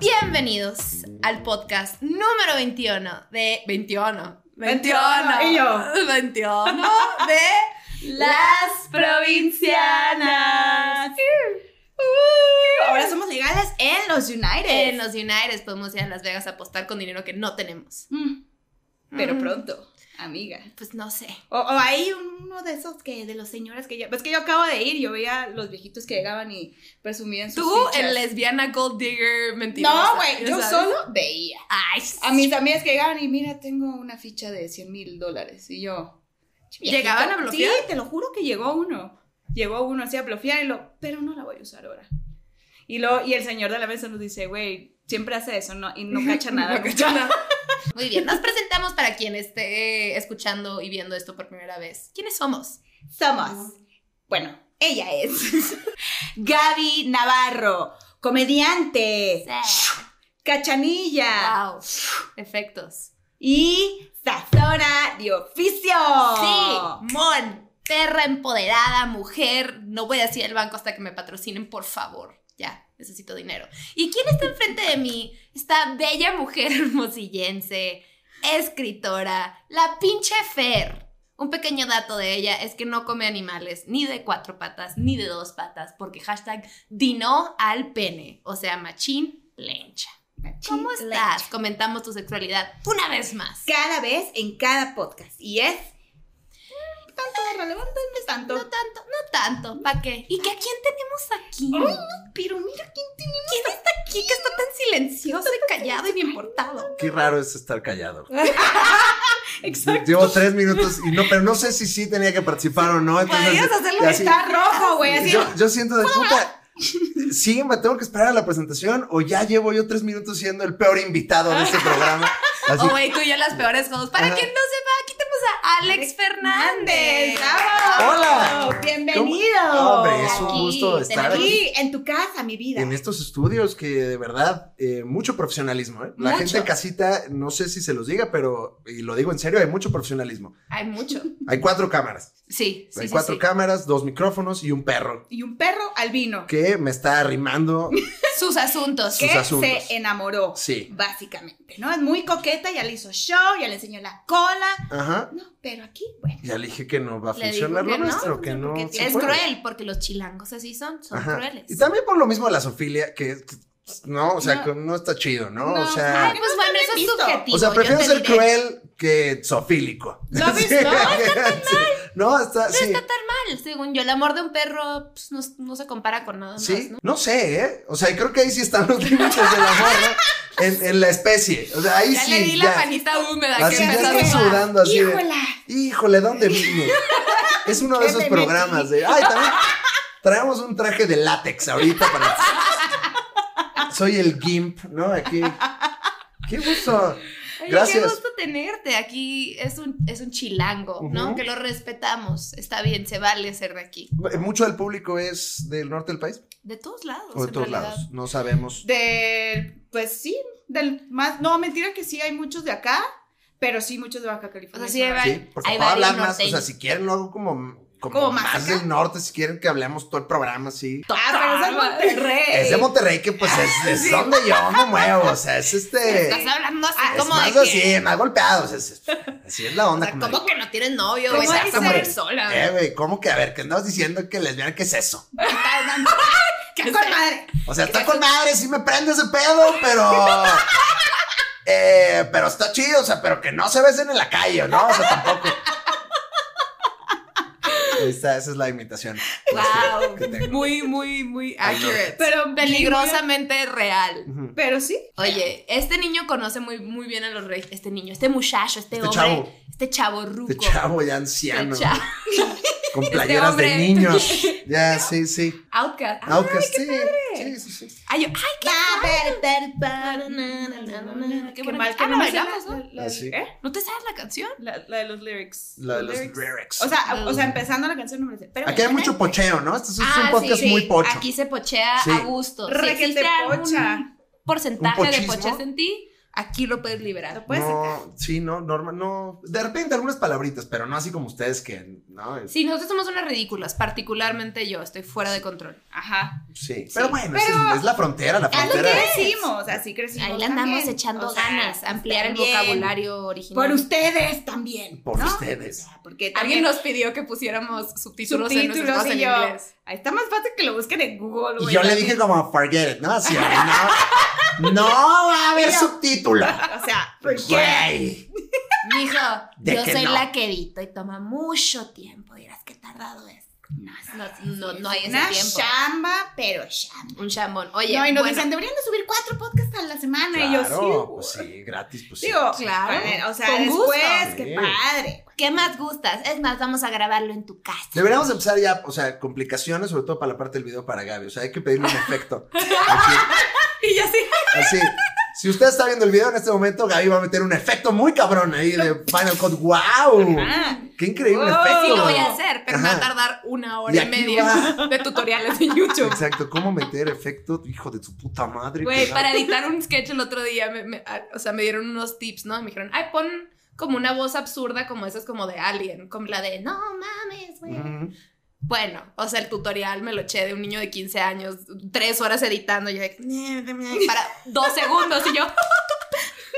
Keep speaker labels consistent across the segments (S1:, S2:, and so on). S1: Bienvenidos al podcast número 21 de... 21.
S2: 21. Y yo.
S1: 21 de... Las provincianas.
S2: Ahora somos legales en los United.
S1: En los United podemos ir a Las Vegas a apostar con dinero que no tenemos.
S2: Mm, Pero
S1: Mm.
S2: pronto, amiga.
S1: Pues no sé.
S2: O, o hay uno de esos que, de los señores que ya. Pues que yo acabo de ir, yo veía los viejitos que llegaban y presumían sus.
S1: Tú,
S2: fichas.
S1: el lesbiana gold digger mentirosa.
S2: No, güey,
S1: ya
S2: yo
S1: sabes.
S2: solo veía.
S1: Ay,
S2: A mis amigas que llegaban y mira, tengo una ficha de 100 mil dólares. Y yo. "Viejito".
S1: ¿Llegaban a bloquear?
S2: Sí, te lo juro que llegó uno. Llegó uno así a bloquear y lo, pero no la voy a usar ahora. Y, lo, y el señor de la mesa nos dice, güey, siempre hace eso no, y no cacha nada.
S1: No cacha nada. Muy bien, nos presentamos para quien esté escuchando y viendo esto por primera vez. ¿Quiénes somos?
S2: Somos. Bueno, ella es Gaby Navarro, comediante, cachanilla
S1: Wow. Efectos.
S2: y sazona de oficio.
S1: Sí, mon. Perra empoderada, mujer. No voy a decir el banco hasta que me patrocinen, por favor. Ya, necesito dinero. ¿Y quién está enfrente de mí? Esta bella mujer hermosillense, escritora, la pinche Fer. Un pequeño dato de ella es que no come animales, ni de cuatro patas, ni de dos patas, porque hashtag dino al pene, o sea, machín lencha. ¿Cómo estás? Comentamos tu sexualidad una vez más.
S2: Cada vez en cada podcast. Y es. mm, Tanto relevante, no es tanto.
S1: No tanto, no tanto. ¿Para qué? ¿Y que a quién tenemos aquí?
S2: Ay, no, pero mira quién tiene.
S1: ¿Quién está aquí que está tan silencioso y callado y bien portado?
S3: Qué raro es estar callado.
S2: Exacto.
S3: Llevo tres minutos y no, pero no sé si sí tenía que participar o
S1: pues,
S3: no. entonces,
S2: Podrías
S3: así-
S2: hacerlo que
S3: así-
S2: está rojo, güey. Así.
S3: yo, yo siento de puta. Sí, me tengo que esperar a la presentación o ya llevo yo tres minutos siendo el peor invitado de este programa. Así,
S1: O güey, tú y yo las peores cosas. Para
S3: Ajá.
S1: quien no sepa, aquí tenemos a Alex Fernández.
S2: ¡Bravo!
S3: Hola.
S2: Bienvenido.
S3: ¿Cómo? Hombre, es un
S1: Aquí,
S3: gusto estar
S1: tenemos-
S3: aquí
S2: Aquí, en tu casa, mi vida.
S3: en estos estudios que de verdad eh, mucho profesionalismo. ¿eh? La
S1: Mucho.
S3: gente en casita, no sé si se los diga, pero y lo digo en serio, hay mucho profesionalismo.
S1: Hay mucho.
S3: Hay cuatro cámaras,
S1: Sí, sí,
S3: hay
S1: sí,
S3: cuatro
S1: sí.
S3: cámaras, dos micrófonos y un perro
S2: Y un perro albino.
S3: que me está arrimando.
S1: Sus asuntos.
S3: ¿Qué?
S2: que
S3: sus asuntos.
S2: se enamoró.
S3: Sí.
S2: Básicamente, ¿no? Es muy coqueta, ya le hizo show, ya le enseñó la cola.
S3: Ajá.
S2: No, pero aquí, bueno.
S3: Ya le dije que no va a
S1: Le
S3: funcionar
S1: digo que
S3: lo
S1: no,
S3: nuestro, que no.
S2: porque
S3: se
S1: Es
S3: puede.
S1: cruel porque los chilangos así son, son
S3: Ajá.
S1: crueles.
S3: Y también por lo mismo la sofilia, que que, no, o sea,
S2: No.
S3: que no está chido, ¿no?
S2: No,
S3: o sea,
S1: Ay, pues bueno, eso es
S2: Visto.
S1: subjetivo.
S3: o sea,
S1: yo
S3: prefiero
S1: te
S3: ser
S1: diré.
S3: cruel que sofílico.
S2: ¿Lo ves? No,
S3: Sí. No, está,
S1: No
S3: sí.
S1: está tan mal, según yo. El amor de un perro pues, no, no se compara con nada
S3: Sí,
S1: más, ¿no?
S3: ¿no? sé, ¿eh? O sea, creo que ahí sí están los límites del amor, ¿no? En, en la especie. O sea, ahí
S1: Ya
S3: sí.
S1: le di la
S3: ya.
S1: manita húmeda
S3: Así
S1: que
S3: ya
S1: empezó a
S3: estoy
S1: sudar.
S3: sudando así. de-
S2: ¡Híjola!
S3: Híjole, ¿dónde vine? Es uno de
S2: ¿Qué
S3: esos
S2: me
S3: programas de. Ay, también traemos un traje de látex ahorita para. Soy el Gimp, ¿no? Aquí. Qué gusto.
S1: Oye, Qué
S3: Gracias.
S1: gusto tenerte. Aquí es un, es un chilango, ¿no?
S3: Ujú.
S1: Que lo respetamos. Está bien, se vale ser de aquí.
S3: Mucho del público es del norte del país
S1: De todos lados.
S3: o de
S1: en
S3: todos
S1: realidad.
S3: lados. No sabemos.
S2: Del, pues sí, del más. No, mentira que sí, hay muchos de acá, pero sí, muchos de Baja California.
S1: O sea, sí, hay
S3: Sí, porque
S1: Hay
S3: puedo
S1: varios
S3: hablar más. O sea,
S1: norteños.
S3: si quieren, luego como. Como,
S2: Como más
S3: más,
S2: acá.
S3: del norte, si quieren que hablemos todo el programa, sí.
S2: Ah, pero eso es Monterrey.
S3: Es de Monterrey que pues es, es donde yo me muevo, o sea, es este...
S1: Estás hablando así
S2: Ah,
S3: Es
S1: como de
S3: más
S1: que...
S3: así, más golpeado. o sea, es- así es la
S1: o
S3: onda.
S1: sea,
S3: como
S1: ¿Cómo
S3: de-
S1: que no tienes novio?
S2: ¿Cómo
S1: güey? Te vas a
S2: dice?
S1: morir sola.
S3: Eh, güey, ¿cómo que? A ver, que andabas diciendo que lesbiana, ¿qué es eso?
S2: ¡Qué con madre!
S3: O sea, está con madre, sí me prende ese pedo, pero. Eh, pero está chido, o sea, pero que no se besen en la calle, ¿no? O sea, tampoco. Ahí está, esa es la imitación.
S1: Wow.
S3: que tengo.
S1: Muy, muy, muy
S3: Ay, no.
S1: accurate.
S2: Pero
S1: Peligrosamente real.
S3: Ujú.
S2: Pero sí.
S1: Oye, este niño conoce muy, muy bien a los reyes. Este niño, este muchacho, este,
S3: Este
S1: hombre.
S3: chavo.
S1: Este chavo ruco.
S3: Este chavo
S1: Este
S3: ya anciano,
S1: chavo. Este
S3: con playeras de
S1: hombre.
S3: niños. Ya, sí, sí.
S1: Outcast. Ah,
S3: Outcast, sí, sí, sí, sí.
S1: ay, yo- ay, qué
S2: Ah,
S1: Qué buena canción. Ah, la bailamos, ¿no?
S2: La- la-
S3: Ah, sí.
S2: ¿eh?
S1: ¿No te sabes la canción?
S2: La la de los lyrics.
S3: La de los lyrics.
S2: O sea,
S1: Los-
S2: o sea, empezando la canción no me la sé, pero
S3: Aquí hay
S2: bueno.
S3: mucho pocheo, ¿no? Este es un
S1: Ah,
S3: podcast
S1: sí,
S3: muy
S1: sí.
S3: pocho.
S1: Aquí se pochea
S3: Sí.
S1: a gusto. Si
S2: Requete
S1: existe algún
S2: pocha.
S1: porcentaje
S3: Un
S1: de
S3: pochismo.
S1: poches en ti, Aquí lo puedes liberar.
S2: Lo puedes sacar.
S3: no, sí, no, normal, no. De repente algunas palabritas, pero no así como ustedes que, no, es- sí.
S1: Sí, nosotros somos unas ridículas, particularmente yo, estoy fuera de control.
S2: Ajá.
S3: Pero bueno, es el- Es, la frontera, la
S1: Es lo
S2: Así
S3: frontera.
S2: crecimos, así crecimos.
S1: Ahí le andamos
S2: también.
S1: echando
S2: O sea,
S1: ganas, ampliar el
S2: también.
S1: vocabulario original.
S2: Por ustedes también.
S3: Por
S2: ¿no?
S3: ustedes.
S2: O sea, porque
S1: Alguien
S2: también
S1: nos pidió que pusiéramos subtítulos, en
S2: subtítulos
S1: nuestras cosas
S2: y
S1: en
S2: yo.
S1: inglés.
S2: Ahí está más fácil que lo busquen en Google.
S3: Y
S2: güey,
S3: yo le
S2: así.
S3: dije como, forget it, ¿no? Así, no, no va a haber subtítulo.
S2: O sea, ¿por qué?
S3: Güey.
S1: Mijo,
S3: De
S1: yo
S3: que
S1: soy
S3: no.
S1: la que edito y toma mucho tiempo. Dirás que tardado es.
S2: No,
S1: No, no, no hay ese
S2: Una
S1: tiempo.
S2: chamba, pero chamba.
S1: Un chambón. Oye,
S2: no, y nos
S1: bueno,
S2: dicen, deberían de subir cuatro podcasts a la semana. y yo sí.
S3: Claro,
S2: güey".
S3: pues sí, gratis, pues sí.
S2: Digo,
S1: Claro.
S2: claro. O sea,
S1: Con gusto.
S2: después, qué
S3: Sí.
S2: padre.
S1: ¿qué más gustas? Es más, vamos a grabarlo en tu casa.
S3: Deberíamos empezar ya, o sea, complicaciones, sobre todo para la parte del video para Gaby. O sea, hay que pedirle un efecto. Así,
S1: Y yo sí.
S3: así. Si usted está viendo el video en este momento, Gaby va a meter un efecto muy cabrón ahí de Final Cut. ¡Wow!
S2: Ah,
S3: ¡Qué increíble
S2: Wow.
S1: Sí
S3: efecto!
S1: lo voy a hacer, pero me va a
S3: Oh. Ajá.
S1: tardar una
S3: Y
S1: hora y
S3: aquí
S1: media de tutoriales en YouTube.
S3: Exacto, ¿cómo meter efecto, hijo de su puta madre?
S1: Güey,
S3: Claro.
S1: para editar un sketch el otro día, me- me- a- o sea, me dieron unos tips, ¿no? Y me dijeron, ay, pon como una voz absurda como esas como de Alien, como la de, no mames, güey.
S3: Ujú.
S1: Bueno, o sea, el tutorial me lo eché de un niño de 15 años, tres horas editando, yo de, "Nie, nie, nie", para dos segundos y yo,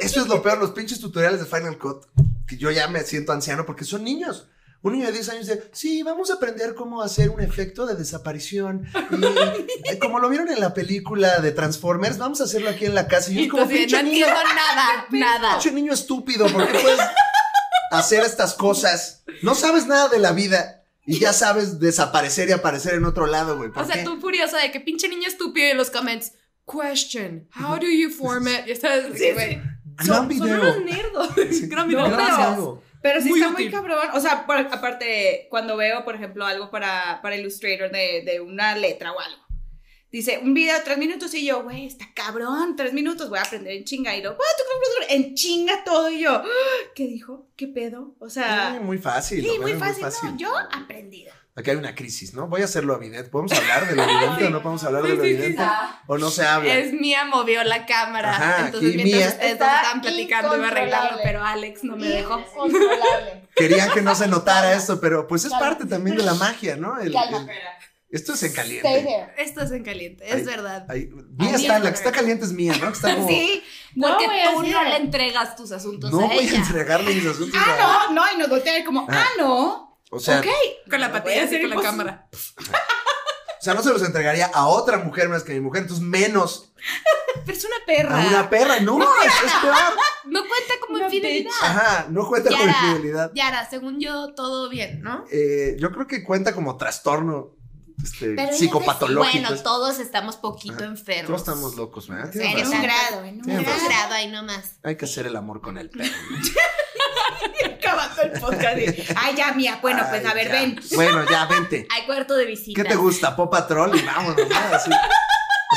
S3: Eso es lo peor, los pinches tutoriales de Final Cut, que yo ya me siento anciano porque son niños. Un niño de 10 años dice, sí, vamos a aprender cómo hacer un efecto de desaparición. Y eh, como lo vieron en la película de Transformers, vamos a hacerlo aquí en la casa. Y yo
S1: y
S3: como,
S1: entonces, no
S3: pinche niño,
S1: entiendo nada, nada.
S3: pinche niño estúpido, ¿por qué puedes hacer estas cosas? No sabes nada de la vida y ya sabes desaparecer y aparecer en otro lado, güey. ¿Por
S1: O sea,
S3: qué?
S1: tú furiosa de que pinche niño estúpido y en los comments, question, how do you form it? Y estás así,
S2: Sí,
S1: güey.
S3: Gran
S1: son, son
S3: video.
S1: unos nerdos. Gran video,
S2: No,
S1: gracias.
S3: video.
S2: Pero sí
S1: Muy
S2: está
S1: útil.
S2: muy cabrón. O sea, por- aparte, cuando veo, por ejemplo, algo para, para Illustrator de, de una letra o algo. Dice, un video de tres minutos y yo, güey, está cabrón, tres minutos, voy a aprender en chinga. Y lo, "Ah, tu, tu, tu, tu", en chinga todo. Y yo, "Ah, ¿qué dijo? ¿Qué pedo? O
S3: Sí,
S2: sea,
S3: muy fácil.
S2: sí,
S3: lo
S2: muy
S3: veo
S2: fácil. No, yo aprendida.
S3: Aquí hay una crisis, ¿no? Voy a hacerlo a Vidente. ¿Podemos hablar de lo evidente o no podemos hablar de lo
S1: Sí, sí, sí.
S3: evidente?
S1: Ah.
S3: O no se habla.
S1: Es Mía movió la cámara.
S3: Ajá,
S1: Entonces,
S3: aquí
S1: mientras
S3: Mía-
S1: ustedes dos
S2: Está
S1: estaban platicando, iba a arreglarlo,
S4: incontrolable.
S1: pero Alex no me dejó.
S4: Incontrolable.
S3: Querían que no se notara esto, pero pues es
S4: Calma.
S3: parte también de la magia, ¿no? El-
S4: Calma.
S3: el- esto es en
S4: Stay
S3: caliente.
S4: there.
S1: Esto es en caliente, es
S3: Ay,
S1: verdad.
S3: Ahí- mía
S1: Ay,
S3: está,
S1: mía.
S3: la que está caliente es mía, ¿no? Que está como,
S2: Sí.
S4: No,
S1: Porque
S4: güey,
S1: tú
S4: así
S1: no
S4: es.
S1: le entregas tus asuntos
S3: no
S1: pues, a
S3: voy a
S1: ella.
S3: entregarle mis asuntos a...
S2: Ah, no, no, y nos voltea a ver como, ah, no.
S3: O sea,
S2: ok.
S1: Con la
S2: No
S1: patilla
S2: voy a
S1: así
S2: hacer
S1: con la
S2: cosas.
S1: cámara.
S3: o sea, no se los entregaría a otra mujer más que a mi mujer, entonces menos
S1: Pero es una perra.
S3: a una perra. No, es, es peor.
S1: No cuenta como
S2: Una
S1: infidelidad.
S3: Ajá, no cuenta con
S1: Yara.
S3: infidelidad.
S1: Yara, según yo, todo bien, ¿no?
S3: Eh, yo creo que cuenta como trastorno este,
S1: Pero ella
S3: psicopatológico.
S1: dice, Bueno, todos estamos poquito
S3: Ajá.
S1: enfermos.
S3: Todos estamos locos, ¿verdad?
S1: Sí,
S3: Tienes
S1: eres
S3: razón.
S1: un
S2: grado, en
S3: Tienes
S1: Un
S3: razón.
S1: grado ahí nomás.
S3: Hay que hacer el amor con el perro.
S2: Acabando el podcast. y, Ay, ya, mía. Bueno, pues
S3: Ay,
S2: a ver,
S3: ya.
S2: ven.
S3: Bueno, ya, vente.
S1: Hay cuarto de visita.
S3: ¿Qué te gusta? Pop Patrol y vámonos, ¿no? Así. O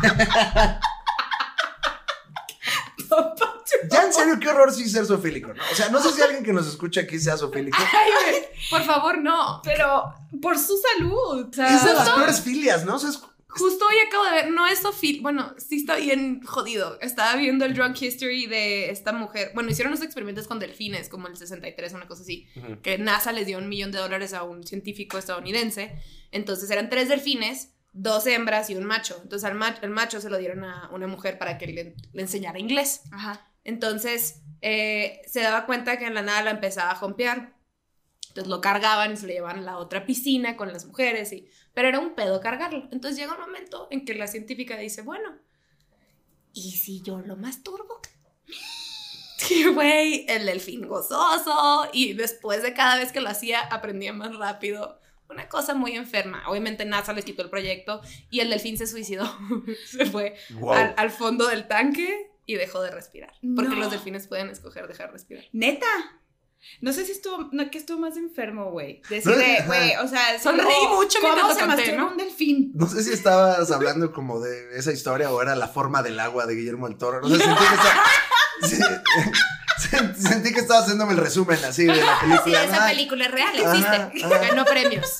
S3: te- ya en serio, qué horror sí ser sofílico, ¿no? O sea, no sé si alguien que nos escucha aquí sea sofílico.
S1: Por favor, no.
S2: Pero por su salud. o sea,
S3: Es de las
S1: justo-
S3: peores filias, ¿no? O sea, es-
S1: Justo hoy acabo de ver, no es Sofía, bueno, sí está bien jodido. Estaba viendo el drug history de esta mujer. Bueno, hicieron unos experimentos con delfines, como el 63, una cosa así,
S3: Ujú.
S1: que NASA les dio un millón de dólares a un científico estadounidense. Entonces eran tres delfines, dos hembras y un macho. Entonces al ma- el macho se lo dieron a una mujer para que le, le enseñara inglés.
S2: Ajá.
S1: Entonces eh, se daba cuenta que en la nada la empezaba a jompear. Entonces lo cargaban y se lo llevaban a la otra piscina con las mujeres. Y, pero era un pedo cargarlo. Entonces llega un momento en que la científica dice, bueno, ¿y si yo lo masturbo? Y güey, el delfín gozoso. Y después de cada vez que lo hacía, aprendía más rápido. Una cosa muy enferma. Obviamente NASA les quitó el proyecto y el delfín se suicidó. se fue
S3: Wow.
S1: al, al fondo del tanque y dejó de respirar. Porque
S2: No.
S1: los delfines pueden escoger dejar respirar.
S2: Neta. No sé si estuvo, no, que estuvo más enfermo, güey.
S3: No,
S2: Decirle,
S3: ajá.
S2: güey, o sea,
S1: Sonreí
S2: como,
S1: mucho
S2: ¿cómo
S1: mientras lo
S2: se
S1: conté,
S2: masturba
S1: ¿no?
S2: un delfín?
S3: No sé si estabas hablando como de esa historia o era la forma del agua de Guillermo el Toro. No sé, sentí que estaba... Sí, sen- sentí que estaba haciéndome el resumen así de
S1: Sí,
S3: la película.
S1: esa
S3: Ay,
S1: película es real,
S3: Ajá,
S1: existe.
S3: ajá.
S1: Ganó premios.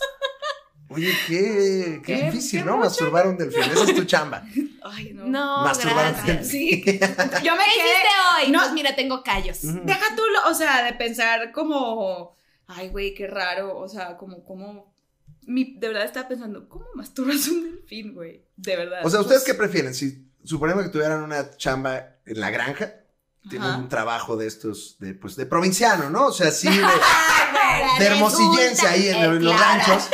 S3: Oye, qué, qué
S1: Qué-
S3: difícil,
S1: qué
S3: ¿no?
S1: mucho.
S3: Masturbar a un delfín. Esa es tu chamba.
S2: Ay, no.
S1: No,
S3: Masturbarte.
S1: gracias.
S2: Sí. Yo me
S1: ¿Qué
S2: quedé.
S1: hiciste hoy?
S2: No.
S1: Pues mira, tengo callos.
S3: Ujú.
S2: Deja tú, lo- o sea, de pensar como. Ay, güey, qué raro. O sea, como, como. Mi, de verdad estaba pensando, ¿cómo masturbas un delfín, güey? De verdad.
S3: O sea, ¿ustedes qué prefieren? Si suponemos que tuvieran una chamba en la granja,
S2: Pues,
S3: tienen
S2: Ajá.
S3: un trabajo de estos, de, pues, de provinciano, ¿no? O sea, sí, de,
S1: Ahora
S3: Ah, de hermosillense
S1: Ah, resulta
S3: ahí en,
S1: que,
S3: los
S1: claro,
S3: ranchos.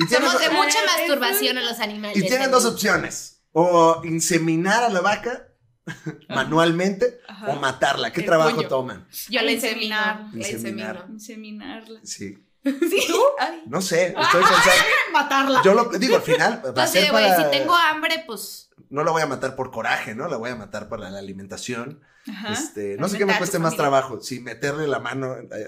S3: Y tienen,
S1: Somos de
S2: Ahora
S1: mucha
S2: resulta-
S1: masturbación en los animales.
S3: y tienen dos opciones. O inseminar a la vaca manualmente
S2: Ajá.
S3: o matarla. ¿Qué
S1: Ah. El
S3: trabajo
S1: puño.
S3: toman?
S1: Yo la insemino.
S2: Inseminar.
S1: La
S3: Inseminar.
S1: insemino.
S2: Inseminarla.
S3: Sí.
S2: ¿Sí? ¿Tú? Ay,
S3: No sé,
S1: Ah.
S3: estoy pensando.
S2: matarla.
S3: Yo lo digo al final. Va a
S1: Entonces,
S3: ser
S1: güey,
S3: para,
S1: si tengo hambre, pues.
S3: No la voy a matar por coraje, ¿no? La voy a matar para la alimentación.
S2: Ajá.
S3: Este, no sé
S2: Alimentar
S3: qué me
S2: a tu
S3: cueste más
S2: familia.
S3: trabajo, si meterle la mano. eh, eh,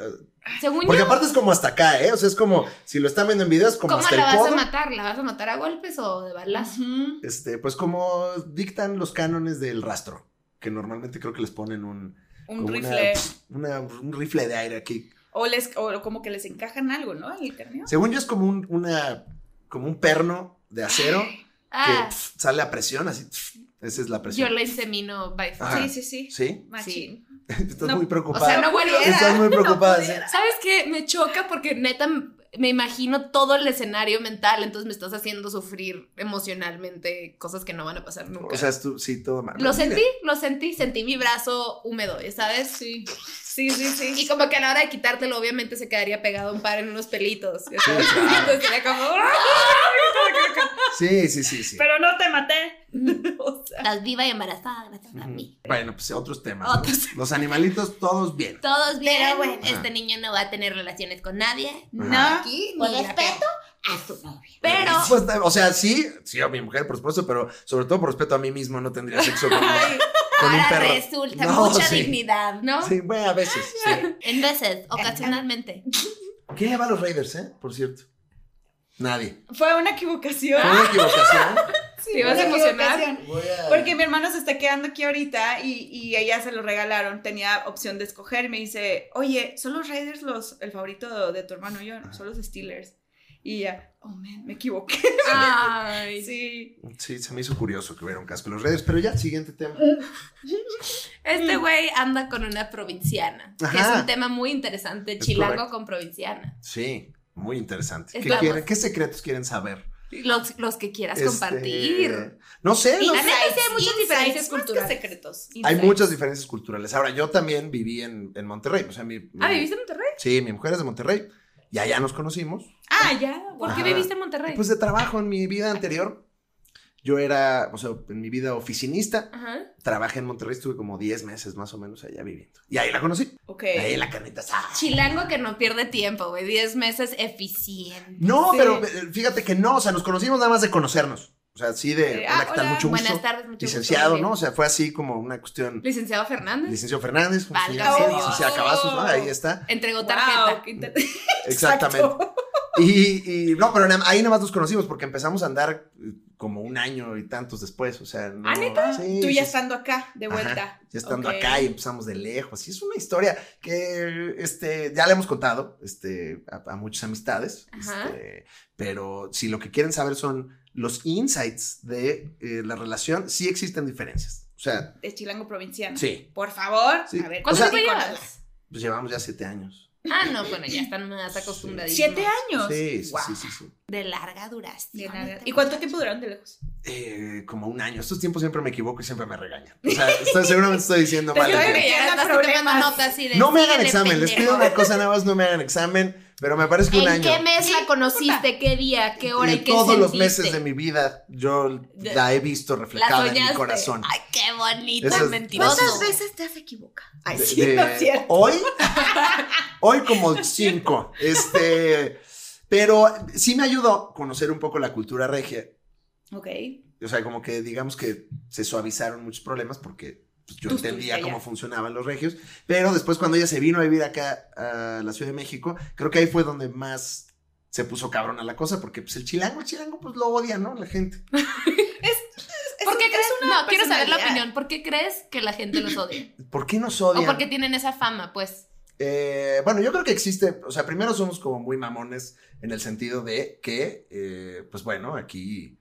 S1: Según
S3: Porque
S1: yo,
S3: aparte es como hasta acá, ¿eh? O sea, es como, si lo están viendo en videos, como
S1: ¿cómo
S3: hasta
S1: la
S3: el
S1: vas a
S3: codo.
S1: matar? ¿La vas a matar a golpes o de balas?
S2: Ujú.
S3: Este, pues como dictan los cánones del rastro, que normalmente creo que les ponen un,
S2: Un
S3: como una-
S2: rifle.
S3: una- un rifle de aire aquí.
S2: O, les, o como que les encajan algo, ¿no? En el cráneo.
S3: Según yo es como un, una, como un perno de acero que
S1: Ah,
S3: pf, sale a presión, así. pf, esa es la
S1: yo
S3: presión.
S1: la insemino by far.
S3: Ajá.
S2: Sí, sí, sí.
S3: ¿Sí?
S2: Machín.
S3: Estás
S2: No,
S3: muy
S1: O
S3: preocupada.
S1: sea, no vuelvo.
S2: pudiera.
S3: Estás muy
S2: no
S3: preocupada. sí.
S2: pudiera.
S1: ¿Sabes qué? Me choca porque neta me imagino todo el escenario mental, entonces me estás haciendo sufrir emocionalmente cosas que no van a pasar nunca.
S3: O sea, es tú- sí, todo mal.
S1: lo sentí, lo sentí, sentí mi brazo húmedo, ya ¿sabes? Sí.
S2: Sí, sí, sí.
S1: Y como que a la hora de quitártelo, obviamente se quedaría pegado un par en unos pelitos. ya
S3: Sí,
S1: sabes.
S3: claro.
S1: Entonces sería como, "Ah".
S3: Sí, sí, sí, sí.
S2: Pero no te maté.
S3: Mm.
S2: O sea,
S1: estás viva y embarazada gracias a mí.
S3: Bueno, pues otros temas. ¿no?
S1: Otros.
S3: Los animalitos, todos bien.
S1: Todos bien,
S2: Pero bueno.
S3: Ajá.
S1: este niño no va a tener relaciones con nadie.
S3: Ajá.
S2: no.
S1: Aquí,
S2: Por
S1: ni la
S2: respeto
S1: pena. Pero,
S3: Pues, o sea, sí, sí, a mi mujer, por supuesto, pero sobre todo por respeto a mí mismo, no tendría sexo con, con un
S1: ahora
S3: perro.
S1: resulta
S3: No,
S1: mucha
S3: sí.
S1: dignidad, ¿no?
S3: Sí, bueno, a veces. sí.
S1: En veces, ocasionalmente.
S3: ¿Quién le va a los Raiders, eh? Por cierto. Nadie.
S2: Fue una equivocación.
S3: Fue una equivocación.
S2: Sí,
S1: ¿Te vas
S2: una
S1: a emocionar?
S2: equivocación.
S3: Voy a-
S2: Porque mi hermano se está quedando aquí ahorita y, y ella se lo regalaron. Tenía opción de escoger. y Me dice, oye, ¿son los Raiders los, el favorito de tu hermano? Y Yo, no, son los Steelers. Y ella, oh, man, me equivoqué.
S1: Ay.
S2: Sí.
S3: Sí, se me hizo curioso que hubiera un casco en los Raiders, pero ya, siguiente tema.
S1: Este güey anda con una provinciana, que
S3: Ajá.
S1: es un tema muy interesante,
S3: Es
S1: chilango
S3: correcto.
S1: con provinciana.
S3: Sí, muy interesante. ¿Qué,
S1: Estamos.
S3: quieren, ¿Qué secretos quieren saber?
S1: Los, los que quieras
S3: Este,
S1: compartir.
S3: No sé, no
S1: Y
S3: sé.
S1: la neta sí hay muchas
S2: Insights,
S1: diferencias
S2: más
S1: culturales.
S2: que secretos.
S3: Hay
S2: insights.
S3: muchas diferencias culturales. Ahora, yo también viví en, en Monterrey. O sea, mi, mi-
S1: Ah, ¿viviste en Monterrey?
S3: Sí, mi mujer es de Monterrey. Y allá nos conocimos.
S2: Ah, ya.
S1: ¿Por qué
S3: Ajá.
S1: viviste en Monterrey?
S3: Pues de trabajo en mi vida anterior. Yo era, o sea, en mi vida oficinista.
S1: Ajá.
S3: Trabajé en Monterrey, estuve como 10 meses más o menos allá viviendo. Y ahí la conocí.
S2: Ok.
S3: Ahí en la carnita asada.
S1: Chilango que no pierde tiempo, güey. Diez meses eficiente.
S3: No,
S2: Sí.
S3: pero eh, fíjate que no, o sea, nos conocimos nada más de conocernos. O sea, así de,
S2: Sí,
S3: hola,
S2: ah,
S3: ¿qué tal?
S2: hola,
S3: Mucho gusto.
S1: Buenas tardes, mucho
S3: Licenciado,
S1: gusto.
S3: ¿no? O sea, fue así como una cuestión.
S1: Licenciado Fernández.
S3: Licenciado Fernández, como se
S1: Válgame
S3: llama,
S2: Dios.
S3: licenciado Cavazos, ¿no? Ahí está.
S1: Entregó
S2: Wow,
S1: tarjeta.
S2: qué inter-
S3: Exactamente.
S2: Exacto.
S3: Y, y- no, pero na- ahí nada más nos conocimos porque empezamos a andar eh, como un año y tantos después, o sea, no,
S1: ¿Ah, neta?
S3: sí,
S2: Tú
S3: sí,
S2: ya
S3: sí.
S2: estando acá, de
S3: Ajá,
S2: vuelta.
S3: ya estando
S2: Ok.
S3: acá y empezamos de lejos. Y es una historia que este, ya le hemos contado este, a, a muchas amistades.
S1: Ajá.
S3: este, pero si lo que quieren saber son los insights de eh, la relación, sí existen diferencias. O sea,
S2: De Chilango Provinciano.
S3: sí.
S2: Por favor,
S3: Sí.
S2: a ver.
S1: ¿Cuánto
S3: O sea-
S1: tiempo
S2: platícanos.
S1: llevas?
S3: Pues llevamos ya siete años.
S1: Ah, no, bueno, ya están más acostumbradísimos.
S2: ¿Siete años?
S3: Sí, sí,
S2: Guau.
S3: sí, sí, sí.
S1: De larga duración.
S2: De nada.
S1: este
S2: ¿Y cuánto tiempo duraron de lejos?
S3: Eh, como un año. Estos tiempos siempre me equivoco y siempre me regañan. O sea, estoy, seguramente estoy diciendo
S2: Te
S3: mal.
S1: Yo
S2: estoy
S1: creo
S3: ejemplo.
S1: que ya
S2: Metiendo
S1: estás tomando
S2: problemas.
S1: nota así de.
S3: No me hagan
S1: "Síguele,
S3: examen, les pido
S1: pendejo".
S3: una cosa nada más, no me hagan examen, pero me parece que un
S1: ¿En
S3: año.
S1: qué mes la conociste? ¿Qué día? ¿Qué hora?
S3: Eh,
S1: ¿Y qué
S3: todos los
S1: sentiste?
S3: meses de mi vida yo
S1: De-
S3: la he visto
S1: La
S3: reflejada en
S1: soñaste.
S3: mi corazón.
S1: Ay, qué bonito.
S3: Eso es-
S1: mentiroso.
S3: ¿Cuántas
S2: veces te has equivocado? Ay,
S3: De-
S2: sí,
S3: de-
S2: no es cierto.
S3: Hoy, hoy como cinco. Este, pero sí me ayudó conocer un poco la cultura regia.
S2: Ok.
S3: O sea, como que digamos que se suavizaron muchos problemas porque pues, yo
S2: Tú
S3: entendía
S2: estuviste
S3: cómo
S2: allá.
S3: funcionaban los regios. Pero después cuando ella se vino a vivir acá a la Ciudad de México, creo que ahí fue donde más se puso cabrón a la cosa porque pues el chilango, el chilango pues lo odia, ¿no? La gente.
S1: ¿Por qué
S2: Es-
S1: crees?
S2: es una
S1: No, quiero saber la
S2: personalidad.
S1: opinión. ¿Por qué crees que la gente los odia?
S3: ¿Por qué nos
S1: ¿O
S3: odian?
S1: porque tienen esa fama, pues?
S3: Eh, bueno, yo creo que existe, o sea, primero somos como muy mamones en el sentido de que, eh, pues bueno, aquí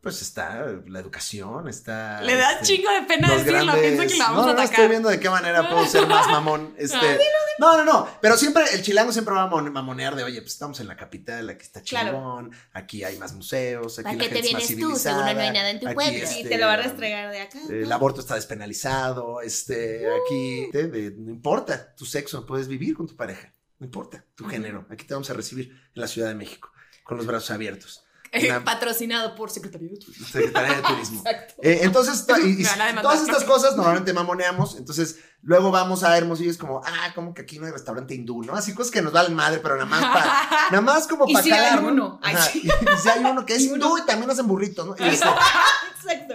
S3: pues está la educación, está.
S4: Le da
S3: este,
S4: chingo de pena
S3: los
S4: decirlo,
S3: grandes-
S4: pienso que la vamos
S3: no, no,
S4: a
S3: no, estoy
S4: atacar.
S3: viendo de qué manera puedo ser más mamón. Este, no, no, no. Pero siempre, el chilango siempre va a mon- mamonear de, oye, pues estamos en la capital, aquí está
S2: Claro.
S3: chingón, aquí hay más museos, aquí
S1: ¿Para
S3: la
S1: qué te
S3: gente es más
S1: vienes tú? Seguro
S3: civilizada,
S1: no hay nada en tu
S3: aquí,
S1: pueblo.
S2: Y
S3: este,
S2: te lo va a restregar de acá.
S3: El aborto está despenalizado, este, aquí te- de- no importa tu sexo, puedes vivir con tu pareja, no importa tu género, aquí te vamos a recibir en la Ciudad de México con los brazos abiertos. Una-
S1: Patrocinado por Secretaría de Turismo.
S3: Secretaría de Turismo.
S1: Exacto.
S3: Eh, entonces, ta- y- y
S4: Me van a demandar,
S3: todas estas
S4: ¿no?
S3: cosas normalmente mamoneamos. Entonces, luego vamos a Hermosillo y es como, ah, como que aquí no hay restaurante hindú, ¿no? Así cosas que nos valen madre, pero nada más para. Nada más como
S2: Y
S3: para
S2: si hay
S3: calar, ¿no?
S2: uno. Ay,
S3: Ajá,
S2: sí.
S3: Y, y si hay uno que es hindú y también hacen burritos, ¿no? Y este,
S2: Exacto.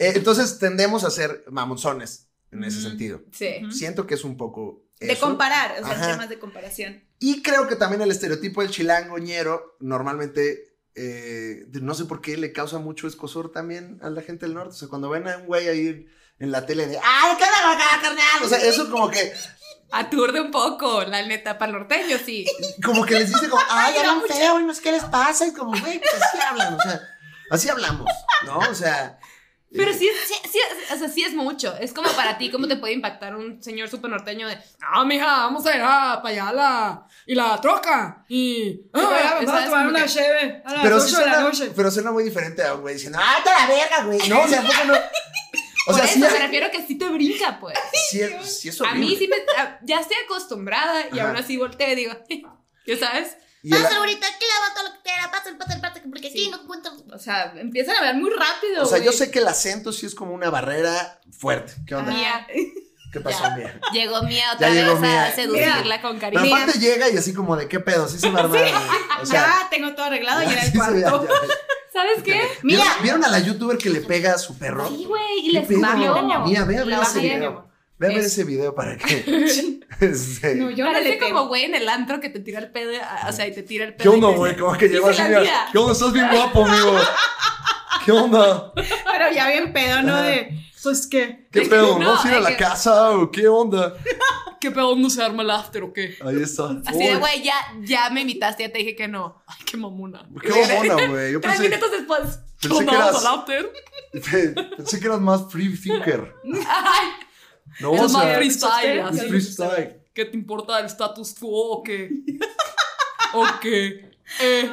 S3: eh, entonces, tendemos a ser mamonzones en ese
S2: Mm.
S3: sentido.
S2: Sí.
S4: Ujú.
S3: Siento que es un poco.
S2: De
S3: eso.
S2: comparar, o sea,
S3: Ajá.
S2: temas de comparación.
S3: Y creo que también el estereotipo del chilangoñero normalmente, eh, de- no sé por qué, le causa mucho escosor también a la gente del norte. O sea, cuando ven a un güey ahí en la tele de, ¡ay, qué onda, acá, carnal! O sea, eso como que,
S4: Aturde un poco, la neta, para norteño, sí.
S3: como que les dice como, ¡ay, hablan feo! Y no sé qué les pasa. Y como, güey, pues así hablan. O sea, así hablamos, ¿no? O sea...
S1: Pero
S3: eh,
S1: sí, es- sí, sí es- o sea, sí es mucho. Es como para ti, ¿cómo te puede impactar un señor súper norteño de, ah, mija, vamos a ir a para allá la, y la troca? Y. ah", ¿sabes? Como que-
S2: cheve a
S3: Pero sí suena, pero suena muy diferente a un güey diciendo, ¡ay, te la verga, güey! No, o sea, ¿a poco no? O sea,
S1: por
S3: sí,
S1: eso me refiero que sí te brinca, pues.
S3: sí es, sí es
S1: A
S3: horrible.
S1: mí sí me. a- Ya estoy acostumbrada y
S3: Ajá.
S1: aún así volteo y digo, ¿ya sabes?
S3: Y el-
S5: ahorita, clava todo lo que quiera, pasa, pasa, pasa, porque
S2: Sí.
S5: aquí no encuentro.
S2: O sea, empiezan a hablar muy rápido.
S3: O sea, yo
S2: güey.
S3: sé que el acento sí es como una barrera fuerte. ¿Qué onda?
S2: Ah,
S3: ¿Qué pasó, mía?
S1: Llegó Mía otra
S3: Ya
S1: vez
S3: llegó
S1: a
S3: Mía.
S1: seducirla con
S3: Pero
S1: cariño.
S3: aparte llega y así como de qué pedo, sí se me armaron. O sea,
S2: ya Ah, tengo todo arreglado y era el
S3: sí se veía,
S2: cuarto.
S3: ya.
S1: ¿Sabes qué?
S3: ¿Vieron,
S2: Mira.
S3: ¿Vieron a la youtuber que le pega a su perro?
S1: Sí, güey, y
S3: ¿Qué
S1: le
S3: pedo?
S1: escribió.
S3: Mía, ve a ver
S1: La
S3: ese
S1: bajé, mi
S3: video.
S1: amor.
S3: Ve a ver
S1: Es-
S3: ese video para que. Este,
S2: No, yo no le
S1: Parece
S2: como
S1: como güey en el antro que te tira el pedo, ah, o sea, y te tira el
S3: ¿Qué
S1: pedo.
S3: onda,
S1: y te-
S3: güey? Como que llegó
S1: Dice
S3: así.
S1: la
S3: mira,
S1: tía.
S3: ¿Qué onda? Estás bien guapo, amigo. ¿Qué onda?
S2: Pero ya bien pedo, ¿no?
S3: Ajá.
S2: De, pues qué.
S3: ¿Qué
S1: Es que
S3: pedo?
S1: no,
S3: ¿Vamos a ir a
S1: es
S3: la
S1: que-
S3: casa o qué onda?
S4: ¿Qué pedo no se arma el after o qué?
S3: Ahí está.
S1: Así de,
S3: Uy,
S1: güey, ya, ya me invitaste, ya te dije que no. Ay, qué mamona.
S3: Qué bobona, güey. Yo
S1: Tres
S3: pensé,
S1: minutos después.
S3: pensé
S4: ¿Dónde
S3: que
S4: vamos
S3: eras.
S4: al after?
S3: Pensé que eras más free thinker.
S4: Ay,
S3: No,
S4: Es
S3: o
S4: más
S3: sea,
S4: free- freestyle,
S3: es freestyle.
S4: ¿Qué te importa el status quo o qué? ¿O qué? Eh,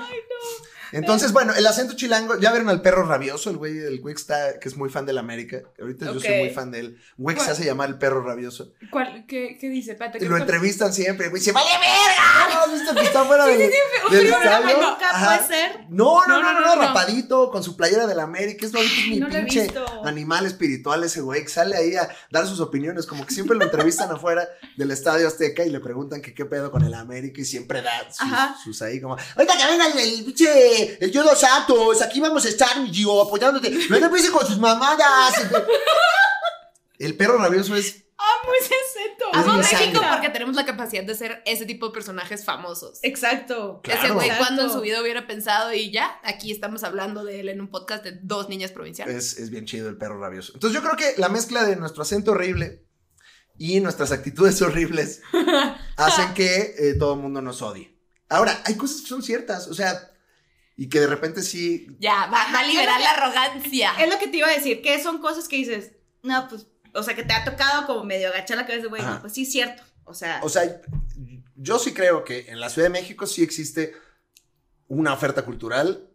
S3: Entonces, bueno, el acento chilango, ya vieron al perro rabioso, el güey, el güey que está, que es muy fan del América. Ahorita yo soy
S2: Ok.
S3: muy fan de él. Un güey que se hace llamar el perro rabioso.
S4: ¿cuál- qué, qué dice? Espérate,
S3: Y
S4: que
S3: lo
S4: no-
S3: entrevistan siempre, güey, se vale verga. ¿No has visto que está fuera del, del estadio? Ajá.
S2: puede ser.
S3: No, no, no, no,
S4: No, no, no, no.
S3: rapadito, con su playera del América. Es, no, ahorita es mi
S2: No lo he
S3: pinche
S2: visto.
S3: animal espiritual ese güey que sale ahí a dar sus opiniones. Como que siempre lo entrevistan afuera del Estadio Azteca y le preguntan que qué pedo con el América y siempre da sus,
S2: Ajá.
S3: sus ahí como, ahorita que venga el, el pinche el Yodo Santos, aquí vamos a estar, mi Gio, apoyándote. No te empieces con sus mamadas. El perro rabioso es
S2: Muy seseto.
S3: Es
S1: Amo
S3: mi
S1: México
S3: sangre.
S1: porque tenemos la capacidad de ser ese tipo de personajes famosos.
S2: Exacto.
S1: Ese
S3: Claro.
S1: güey cuando en
S2: Exacto.
S1: su vida hubiera pensado y ya, aquí estamos hablando de él en un podcast de dos niñas provinciales.
S3: Es, es bien chido el perro rabioso. Entonces yo creo que la mezcla de nuestro acento horrible y nuestras actitudes horribles hacen que eh, todo el mundo nos odie. Ahora, hay cosas que son ciertas, o sea, y que de repente sí...
S1: Ya, va, va a liberar la arrogancia.
S2: Es lo que te iba a decir, que son cosas que dices, no, pues, o sea, que te ha tocado como medio agachar la cabeza, güey,
S3: Ajá.
S2: no, pues sí, es cierto. O sea,
S3: O sea, yo sí creo que en la Ciudad de México sí existe una oferta cultural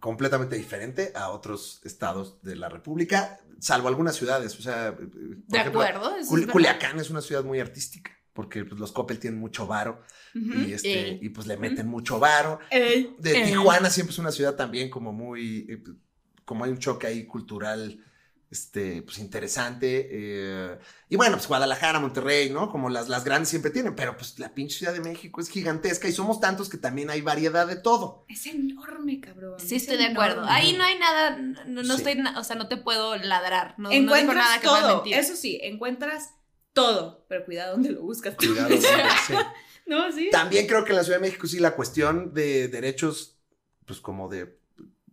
S3: completamente diferente a otros estados de la República, salvo algunas ciudades, o sea... por
S1: De
S3: ejemplo,
S1: acuerdo. eso es
S3: Cul-
S1: verdad.
S3: Culiacán es una ciudad muy artística, porque pues, los Coppel tienen mucho varo.
S2: ujú.
S3: y, este,
S1: Ey.
S3: y pues le meten mucho varo.
S2: Ey.
S3: De
S4: Ey.
S3: Tijuana siempre es una ciudad también como muy, eh, como hay un choque ahí cultural, este, pues interesante. eh, y bueno, pues Guadalajara, Monterrey, ¿no? Como las, las grandes siempre tienen, pero pues la pinche Ciudad de México es gigantesca y somos tantos que también hay variedad de todo.
S2: es enorme, cabrón.
S1: Sí,
S2: es
S1: estoy de acuerdo.
S2: enorme.
S1: Ahí no hay nada, no, no
S3: Sí.
S1: estoy, na- o sea, no te puedo ladrar. No, no digo
S2: encuentras
S1: nada que pueda
S2: todo.
S1: mentir.
S2: Eso sí, encuentras todo, pero cuidado donde lo buscas.
S3: Cuidado, sí.
S2: No, sí.
S3: También creo que en la Ciudad de México sí la cuestión de derechos, pues como de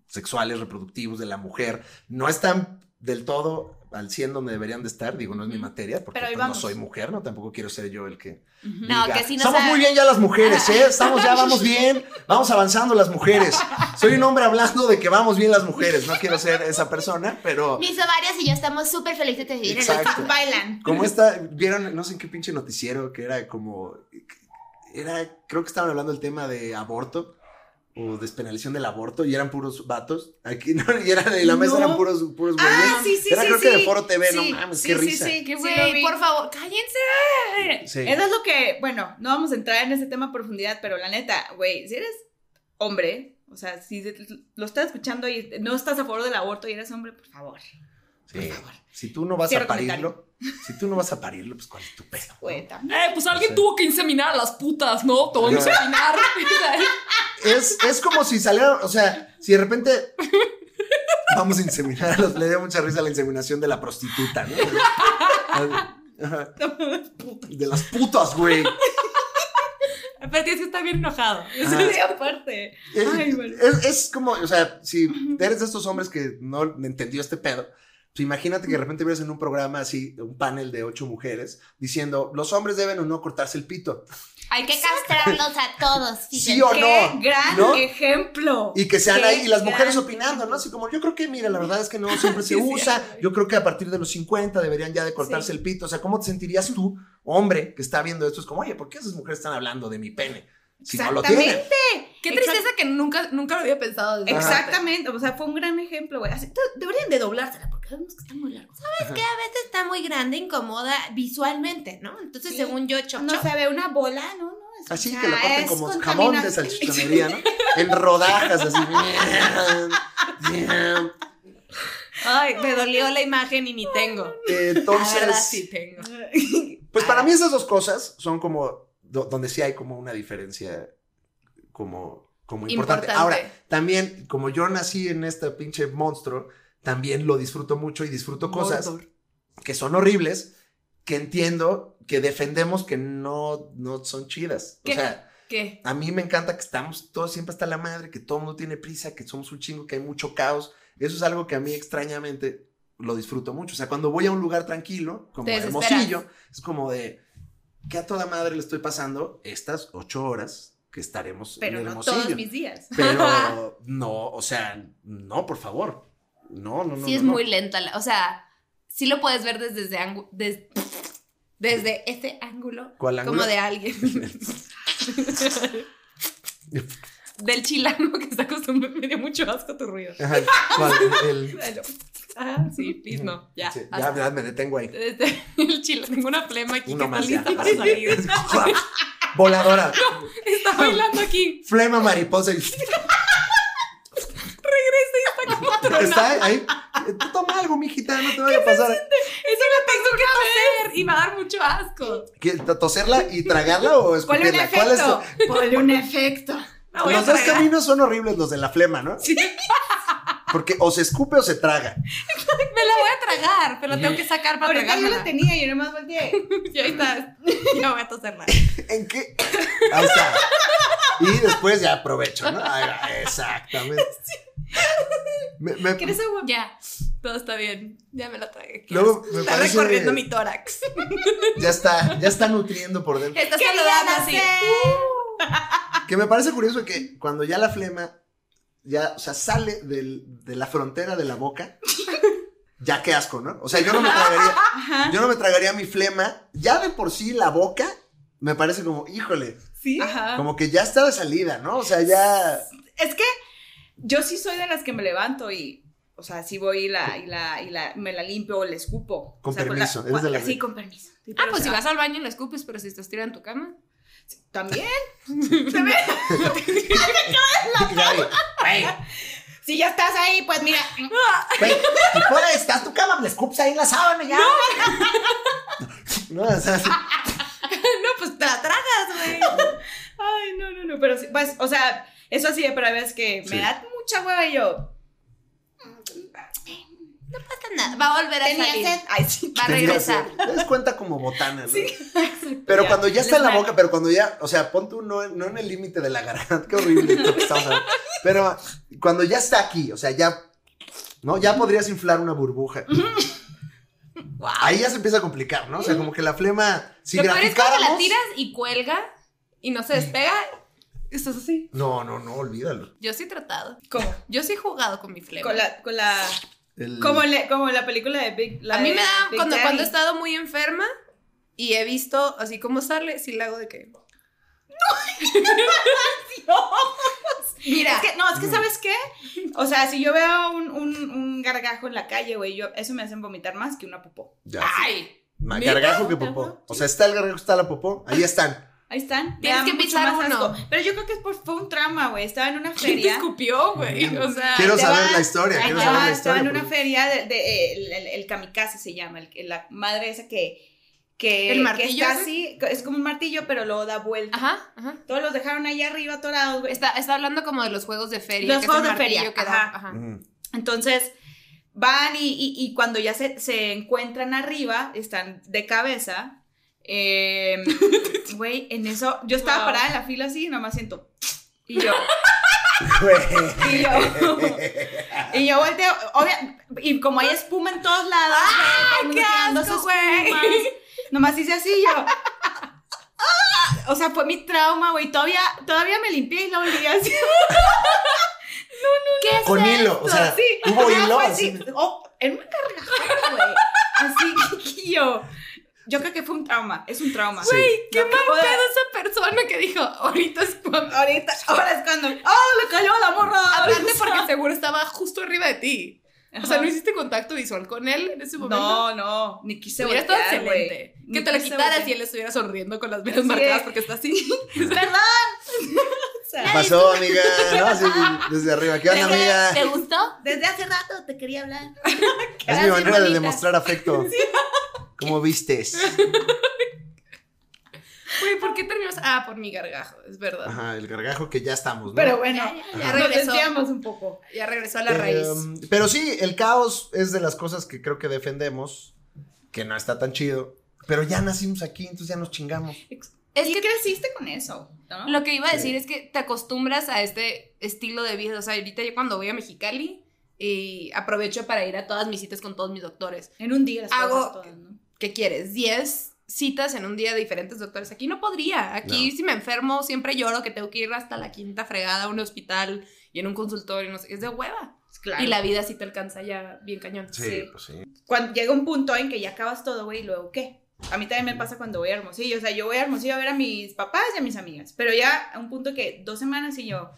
S3: sexuales, reproductivos de la mujer, no están del todo al 100 donde deberían de estar. Digo, no es mi
S1: Ujú.
S3: materia, porque
S2: Pero ahí
S3: pues, no
S2: vamos.
S3: soy mujer, no tampoco quiero ser yo el que.
S1: No,
S3: diga,
S1: que si no
S3: Estamos
S1: sabe-
S3: muy bien ya las mujeres, ¿eh? Estamos ya, vamos bien, vamos avanzando las mujeres. Soy un hombre hablando de que vamos bien las mujeres, no quiero ser esa persona, pero.
S1: Mis ovarios y yo estamos súper felices de vivir en el
S3: Exacto.
S2: Bailan.
S3: Como esta, vieron, no sé en qué pinche noticiero, que era como, era, creo que estaban hablando del tema de aborto o despenalización del aborto y eran puros vatos. Aquí no, y era de la mesa
S2: No.
S3: eran puros, puros güeyes.
S2: Ah, sí, sí,
S3: era
S2: sí,
S3: creo
S2: sí.
S3: que de Foro TV,
S2: Sí,
S3: no mames,
S2: sí,
S3: qué
S2: sí,
S3: risa.
S2: sí,
S1: Que
S2: sí,
S1: güey,
S2: lo vi.
S1: por favor, cállense.
S3: Sí.
S2: Eso es lo que, bueno, no vamos a entrar en ese tema a profundidad, pero la neta, güey, si eres hombre, o sea, si de- lo estás escuchando y no estás a favor del aborto y eres hombre, por favor,
S3: Sí.
S2: por favor.
S3: Si tú no vas
S2: Cierro
S3: a parirlo, si tú no vas a parirlo, pues cuál es tu pedo. no?
S2: Güey, también.
S4: Eh, pues alguien
S3: Sí.
S4: tuvo que inseminar a las putas, ¿no? Todo
S3: Ya.
S4: inseminar.
S3: Es, es como si saliera, o sea, si de repente vamos a inseminar, a los- le dio mucha risa la inseminación de la prostituta, ¿no? Ajá. De las putas, güey.
S4: Pero tienes que estar bien enojado.
S3: Ajá.
S2: Sí, aparte.
S3: Es,
S2: Ay, bueno.
S3: es- es como, o sea, si eres de estos hombres que no entendió este pedo, pues imagínate que de repente vieras en un programa así, un panel de ocho mujeres, diciendo, los hombres deben o no cortarse el pito.
S1: Hay que castrarlos a todos.
S3: Sí o
S2: ¡Qué
S3: no.
S2: gran
S3: ¿no?
S2: ejemplo!
S3: Y que sean
S2: Qué
S3: ahí, y las mujeres
S2: gran-
S3: opinando, ¿no? Así como, yo creo que, mira, la verdad es que no siempre se
S2: Sí, sí,
S3: usa, yo creo que a partir de los 50 deberían ya de cortarse
S2: Sí.
S3: el pito, o sea, ¿cómo te sentirías tú, hombre, que está viendo esto? Es como, oye, ¿por qué esas mujeres están hablando de mi pene? Si no lo tienen.
S2: Exactamente.
S1: Qué tristeza que nunca, nunca lo había pensado. desde esa parte.
S2: Exactamente, o sea, fue un gran ejemplo, güey. Así, de- Deberían de doblársela porque vemos que está muy largo.
S1: Está muy grande, incomoda visualmente, ¿no? Entonces,
S2: Sí.
S1: según yo, chop,
S2: No
S1: chop.
S2: se ve una bola, no, no. eso
S3: Así
S2: ya
S3: que lo corten
S2: es
S3: como jamón de
S2: contaminante.
S3: salchichonería, ¿no? En rodajas, así.
S1: Ay, me dolió la imagen y ni tengo.
S4: La verdad,
S3: Entonces,
S4: sí tengo.
S3: pues para mí esas dos cosas son como do- donde sí hay como una diferencia como, como importante.
S1: Importante.
S3: Ahora, también, como yo nací en este pinche monstruo, también lo disfruto mucho y disfruto cosas
S4: Mordor.
S3: que son horribles, que entiendo, que defendemos que no, no son chidas.
S1: ¿Qué?
S3: O sea,
S1: ¿Qué?
S3: A mí me encanta que estamos todos siempre hasta la madre, que todo el mundo tiene prisa, que somos un chingo, que hay mucho caos. Eso es algo que a mí extrañamente lo disfruto mucho. O sea, cuando voy a un lugar tranquilo, como
S1: Te desesperas.
S3: Hermosillo, es como de que a toda madre le estoy pasando estas ocho horas que estaremos
S2: Pero
S3: en
S2: no
S3: Hermosillo.
S2: todos mis días.
S3: Pero no, o sea, no, por favor. No, no, no.
S1: sí,
S3: no,
S1: es
S3: no.
S1: muy lenta. la- o sea, sí lo puedes ver desde ese ángulo. Desde, este ángulo.
S3: ¿Cuál
S1: Como
S3: ángulo?
S1: de alguien. Del chilano que está acostumbrado. Me dio mucho asco tu ruido.
S3: Ajá, ¿cuál? El-
S4: Ah, sí, please, no. Ya.
S3: Sí, ya,
S4: basta.
S3: ya me detengo ahí.
S4: Este, el chile, tengo una flema aquí
S3: Uno
S4: que
S3: más
S4: está
S3: ya.
S4: lista para salir.
S3: Voladora.
S4: Está bailando aquí.
S3: Flema mariposa. y-
S4: Está como tronado.
S3: Está ahí. Eh, Tú toma algo, mijita, no te vaya a pasar.
S4: Eso lo tengo que toser y me va a dar mucho asco.
S3: ¿Qué, to- ¿Toserla y tragarla o
S2: Ponle un
S3: escupirla? ¿Cuál es?
S2: efecto. Ponle un efecto.
S4: No voy a
S3: Los dos
S4: tragar.
S3: caminos son horribles los de la flema, ¿no? Sí. Porque o se escupe o se traga.
S1: Me la voy a tragar, pero la tengo que sacar para
S2: Ahorita yo
S1: tragármela.
S2: la tenía y yo nomás volteé.
S4: Y ahí está. Ya voy a toserla.
S3: ¿En qué? Ahí está. Y después ya aprovecho, ¿no? Ahí va, Exactamente. Me- me-
S2: ¿Quieres agua?
S1: Ya, todo está bien. Ya me la tragué. ¿Qué
S3: luego me
S4: Está
S3: parece-
S4: recorriendo mi tórax.
S3: Ya está, ya está nutriendo por dentro.
S1: Estás
S2: ¿Qué
S1: saludando
S2: van a
S1: así.
S3: Que me parece curioso que cuando ya la flema ya, o sea, sale del- de la frontera de la boca, ya qué asco, ¿no? O sea, yo no me tragaría, yo no me tragaría mi flema, ya de por sí la boca me parece como, híjole,
S2: Sí. Ajá.
S3: como que ya está de salida, ¿no? O sea, ya
S2: Es que yo sí soy de las que me levanto y, o sea, sí voy y la, y la, y la, me la limpio o la escupo.
S3: Con
S2: O sea,
S3: permiso,
S2: la-
S3: eres de las
S2: Sí,
S3: de-
S2: con permiso. Sí,
S1: Ah,
S2: pero,
S1: pues
S2: o
S1: si
S2: sea,
S1: vas al baño la escupes, pero si estás tirada en tu cama.
S2: También.
S3: Gaby,
S2: Güey, Si ya estás ahí, pues mira.
S3: güey, y fuera estás tu cama, le escupes ahí en la sábana ya. No, o sea, sí.
S1: No, pues te la tragas, güey.
S2: Ay, no, no, no. Pero sí, pues, o sea, eso sí, pero a veces que
S3: Sí.
S2: me da mucha hueva y yo.
S1: pasa nada. Va a volver a
S2: Tenía
S1: salir.
S2: sed. Ay, sí.
S1: Va a regresar.
S3: Te das cuenta como botana, ¿no? Pero cuando ya está en la
S2: Les
S3: boca, pero cuando ya, o sea, pon tú no, no en el límite de la garganta, qué horrible esto que estamos hablando. Pero cuando ya está aquí, o sea, ya ¿no? Ya podrías inflar una burbuja.
S1: Wow.
S3: Ahí ya se empieza a complicar, ¿no? O sea, como que la flema, si
S1: Lo peor es cuando la
S3: graficáramos-
S1: tiras y cuelga y no se despega. Estás así.
S3: No, no, no, olvídalo.
S1: Yo sí he tratado.
S2: ¿Cómo?
S1: Yo sí he jugado con mi flema.
S2: Con la, con la,
S3: El-
S2: como, le- como la película de Big. la
S1: a mí
S2: de
S1: me da,
S2: Big
S1: cuando,
S2: Daddy.
S1: cuando he estado muy enferma y he visto así como sale, sí le hago de que... Mira,
S2: Es que, no, es que, ¿sabes qué? O sea, si yo veo un, un, un gargajo en la calle, güey, yo, eso me hacen vomitar más que una popó.
S3: Ya.
S1: ay,
S3: Más
S1: ¿neta?
S3: gargajo que popó. O sea, está el gargajo, está la popó. Ahí están.
S2: Ahí están. me
S1: Tienes
S2: da
S1: que
S2: mucho
S1: pisar
S2: más
S1: uno.
S2: asco. Pero yo creo que es por- fue un trauma, güey. Estaba en una
S1: ¿quién te
S2: feria.
S1: escupió, güey? O sea,
S3: Quiero
S2: te
S3: saber
S2: va.
S3: la historia,
S2: Ahí
S3: quiero
S2: te
S3: saber
S2: va,
S3: la
S2: estaba
S3: historia. pues.
S2: en una
S3: porque-
S2: feria de, de- el, el- el kamikaze se llama, el- la madre esa que, que,
S1: ¿El
S2: que
S1: martillo
S2: está
S1: ese?
S2: así, es como un martillo, pero luego da vuelta.
S1: Ajá, ajá.
S2: Todos los dejaron ahí arriba atorados, güey.
S1: Está, está hablando como de los juegos de feria.
S2: Los
S1: que
S2: juegos
S1: es el
S2: de feria,
S1: martillo que da-
S2: ajá.
S3: Mm.
S2: Entonces van y, y- y cuando ya se, se encuentran arriba, están de cabeza. eh, Güey, en eso, yo estaba
S1: Wow.
S2: parada en la fila así y nomás siento. Y yo,
S3: Güey.
S2: y yo, y yo volteo, obvia- y como hay espuma en todos lados, güey, todo el
S1: ¡Ah, qué
S2: mundo tirando
S1: asco,
S2: sus
S1: güey!
S2: plumas. Nomás hice así yo. ¡Ah! O sea, fue mi trauma, güey. Todavía, todavía me limpié y lo volví así.
S1: ¿Qué es
S3: Con
S1: esto?
S3: hilo, o sea,
S2: Sí.
S3: hubo
S2: Ajá,
S3: hilo.
S2: fue
S3: así.
S2: así, oh, en una carcajada, güey. Así que yo. Yo creo que fue un trauma. Es un trauma.
S3: Sí.
S1: Qué
S2: No
S1: mal
S2: acabo de-
S1: pedo esa persona que dijo, ahorita es cuando...
S2: Ahorita, ahora es cuando. ¡Oh, le cayó la morra!
S1: Aparte porque seguro estaba justo arriba de ti. Ah, O sea,
S2: Ajá.
S1: no hiciste contacto visual con él en ese momento.
S2: No, no. Ni quise
S1: hubiera estado
S2: voltear, güey.
S1: excelente.
S2: Ni
S1: Que te lo
S2: quise
S1: quitaras
S2: voltear.
S1: y él estuviera sonriendo con las venas
S2: Sí.
S1: marcadas porque está así.
S2: ¡Perdón! O sea,
S3: ¿Qué pasó, amiga? No, así, desde arriba. ¿Qué onda, amiga?
S1: ¿Te gustó?
S5: Desde hace rato te quería hablar.
S3: Es mi
S1: Gracias,
S3: manera de
S1: bonita.
S3: demostrar afecto. ¿Cómo vistes?
S1: Güey, ¿por qué terminas? Ah, por mi gargajo, es verdad.
S3: Ajá, el gargajo que ya estamos, ¿no?
S2: Pero bueno,
S1: Ya, ya, ya
S2: nos
S1: regresó.
S2: desviamos un poco.
S1: Ya regresó a la raíz.
S3: Em, pero sí, el caos es de las cosas que creo que defendemos, que no está tan chido. Pero ya nacimos aquí, entonces ya nos chingamos.
S1: Es
S2: ¿Y
S1: que
S2: creciste con eso? ¿no?
S1: Lo que iba a
S3: Sí.
S1: decir es que te acostumbras a este estilo de vida. O sea, ahorita yo cuando voy a Mexicali y aprovecho para ir a todas mis citas con todos mis doctores.
S2: En un día las
S1: Hago-
S2: cosas todas, ¿no?
S1: ¿Qué quieres? 10 citas en un día de diferentes doctores. Aquí no podría. Aquí
S3: No.
S1: si me enfermo siempre lloro que tengo que ir hasta la quinta fregada a un hospital y en un consultorio. No sé, es de hueva.
S2: Claro.
S1: Y la vida sí te alcanza ya bien cañón.
S2: Sí.
S3: pues sí.
S2: cuando llega un punto en que ya acabas todo, güey, y luego qué. A mí también me pasa cuando voy a Hermosillo. O sea, yo voy a Hermosillo a ver a mis papás y a mis amigas. Pero ya a un punto que dos semanas y yo.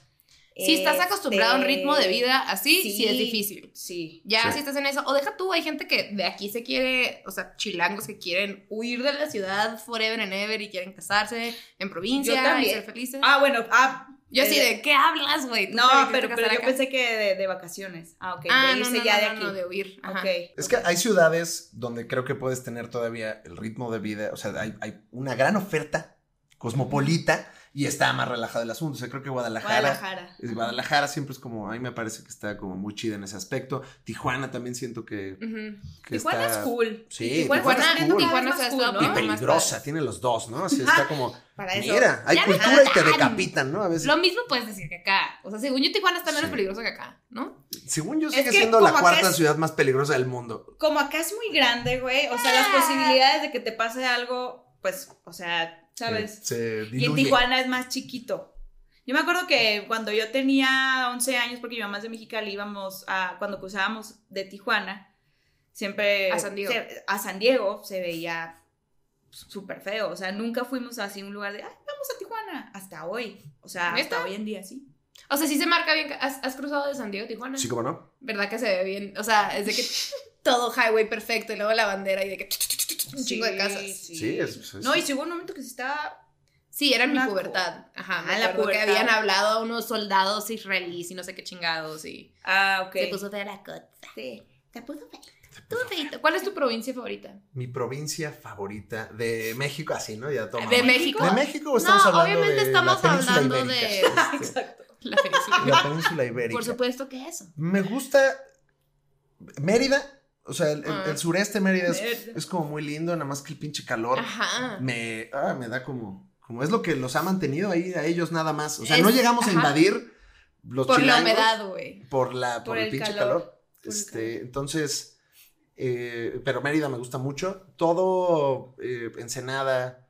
S1: Si estás
S2: este,
S1: acostumbrado a un ritmo de vida así, sí,
S2: sí.
S1: es difícil.
S2: Sí.
S1: Ya
S3: Sí.
S1: si estás en eso, o deja tú, hay gente que de aquí se quiere, o sea, chilangos que quieren huir de la ciudad forever and ever y quieren casarse en provincia
S2: Yo
S1: y
S2: también.
S1: ser felices.
S2: Ah, bueno, ah.
S1: yo así
S2: eh,
S1: de, ¿qué hablas, güey? Tú
S2: No,
S1: te quieres
S2: pero, pero
S1: casar
S2: yo
S1: acá.
S2: pensé que de, de vacaciones. Ah, ok.
S1: ah,
S2: de
S1: no,
S2: irse
S1: no,
S2: ya
S1: no,
S2: de
S1: no,
S2: aquí.
S1: no, de huir. Ajá.
S2: Ok.
S3: Es que hay ciudades donde creo que puedes tener todavía el ritmo de vida, o sea, hay, hay una gran oferta cosmopolita y está más relajado el asunto. O sea, creo que Guadalajara,
S2: Guadalajara.
S3: es- Guadalajara siempre es como, a mí me parece que está como muy chida en ese aspecto. Tijuana también siento que,
S1: Ujú.
S3: que
S2: Tijuana
S3: está...
S2: es cool.
S3: Sí,
S2: Tijuana,
S3: Tijuana es
S2: está siendo
S3: cool.
S2: cada vez
S1: Tijuana
S2: más
S1: se ha
S2: cool,
S1: estado
S3: Y
S2: ¿no?
S1: bien.
S3: peligrosa, tiene los dos, ¿no? Así está como,
S2: Para eso.
S3: mira, hay
S1: Ya me
S3: cultura y te
S1: matan.
S3: decapitan, ¿no? A veces,
S1: Lo mismo puedes decir que acá. O sea, según yo, Tijuana está menos
S3: Sí.
S1: peligroso que acá, ¿no?
S3: según yo,
S2: Es que
S3: sigue siendo la
S2: como acá
S3: cuarta
S2: es-
S3: ciudad más peligrosa del mundo.
S2: como acá es muy grande, güey, o sea,
S1: Ah.
S2: las posibilidades de que te pase algo, pues, o sea,
S3: Eh,
S2: ¿sabes?
S3: Se
S2: y en
S3: diluye.
S2: Tijuana es más chiquito. Yo me acuerdo que cuando yo tenía 11 años, porque mi mamá es de Mexicali, íbamos a, cuando cruzábamos de Tijuana, siempre...
S1: A San Diego.
S2: se- a San Diego se veía súper feo, o sea, nunca fuimos así a un lugar de, ay, vamos a Tijuana, hasta hoy, o sea,
S1: ¿Neta?
S2: hasta hoy en día, sí.
S1: O sea, sí se marca bien. ¿Has, has cruzado de San Diego a Tijuana?
S3: Sí, como no.
S1: ¿Verdad que se ve bien? O sea, es de que todo highway perfecto y luego la bandera y de que un chingo de casas.
S2: Sí,
S3: Sí, es- es-
S2: No, y si hubo un momento que se estaba
S1: Sí, era en mi
S2: Una
S1: pubertad. Ajá, me
S2: Ah, la
S1: acuerdo que
S2: pubertad.
S1: habían hablado a unos soldados israelíes y no sé qué chingados y
S2: Ah, ok.
S1: se puso de la cosa.
S5: Te puso feito.
S1: Tú, feito. ¿Cuál es tu provincia favorita?
S3: Mi provincia favorita de México, así, ¿no? Ya toma.
S1: ¿De México?
S3: ¿De México o
S1: No,
S3: estamos hablando
S1: obviamente
S3: de
S1: estamos
S3: la península
S1: hablando
S3: ibérica?
S1: de-
S3: Este,
S1: La península.
S3: la península ibérica.
S1: Por supuesto que eso.
S3: Me gusta Mérida, o sea, el, el-
S1: Ah.
S3: el sureste de Mérida es,
S2: Mérida.
S3: es como muy lindo, nada más que el pinche calor
S1: Ajá.
S3: me, ah, me da como, como es lo que los ha mantenido ahí a ellos nada más. O sea, no
S1: Es-
S3: llegamos a
S1: ajá.
S3: invadir los
S1: Por la
S3: chilangos
S1: humedad, güey.
S3: por la por,
S2: Por
S3: el,
S2: el
S3: pinche calor.
S2: calor.
S3: Este, entonces, eh, pero Mérida me gusta mucho. Todo eh, Ensenada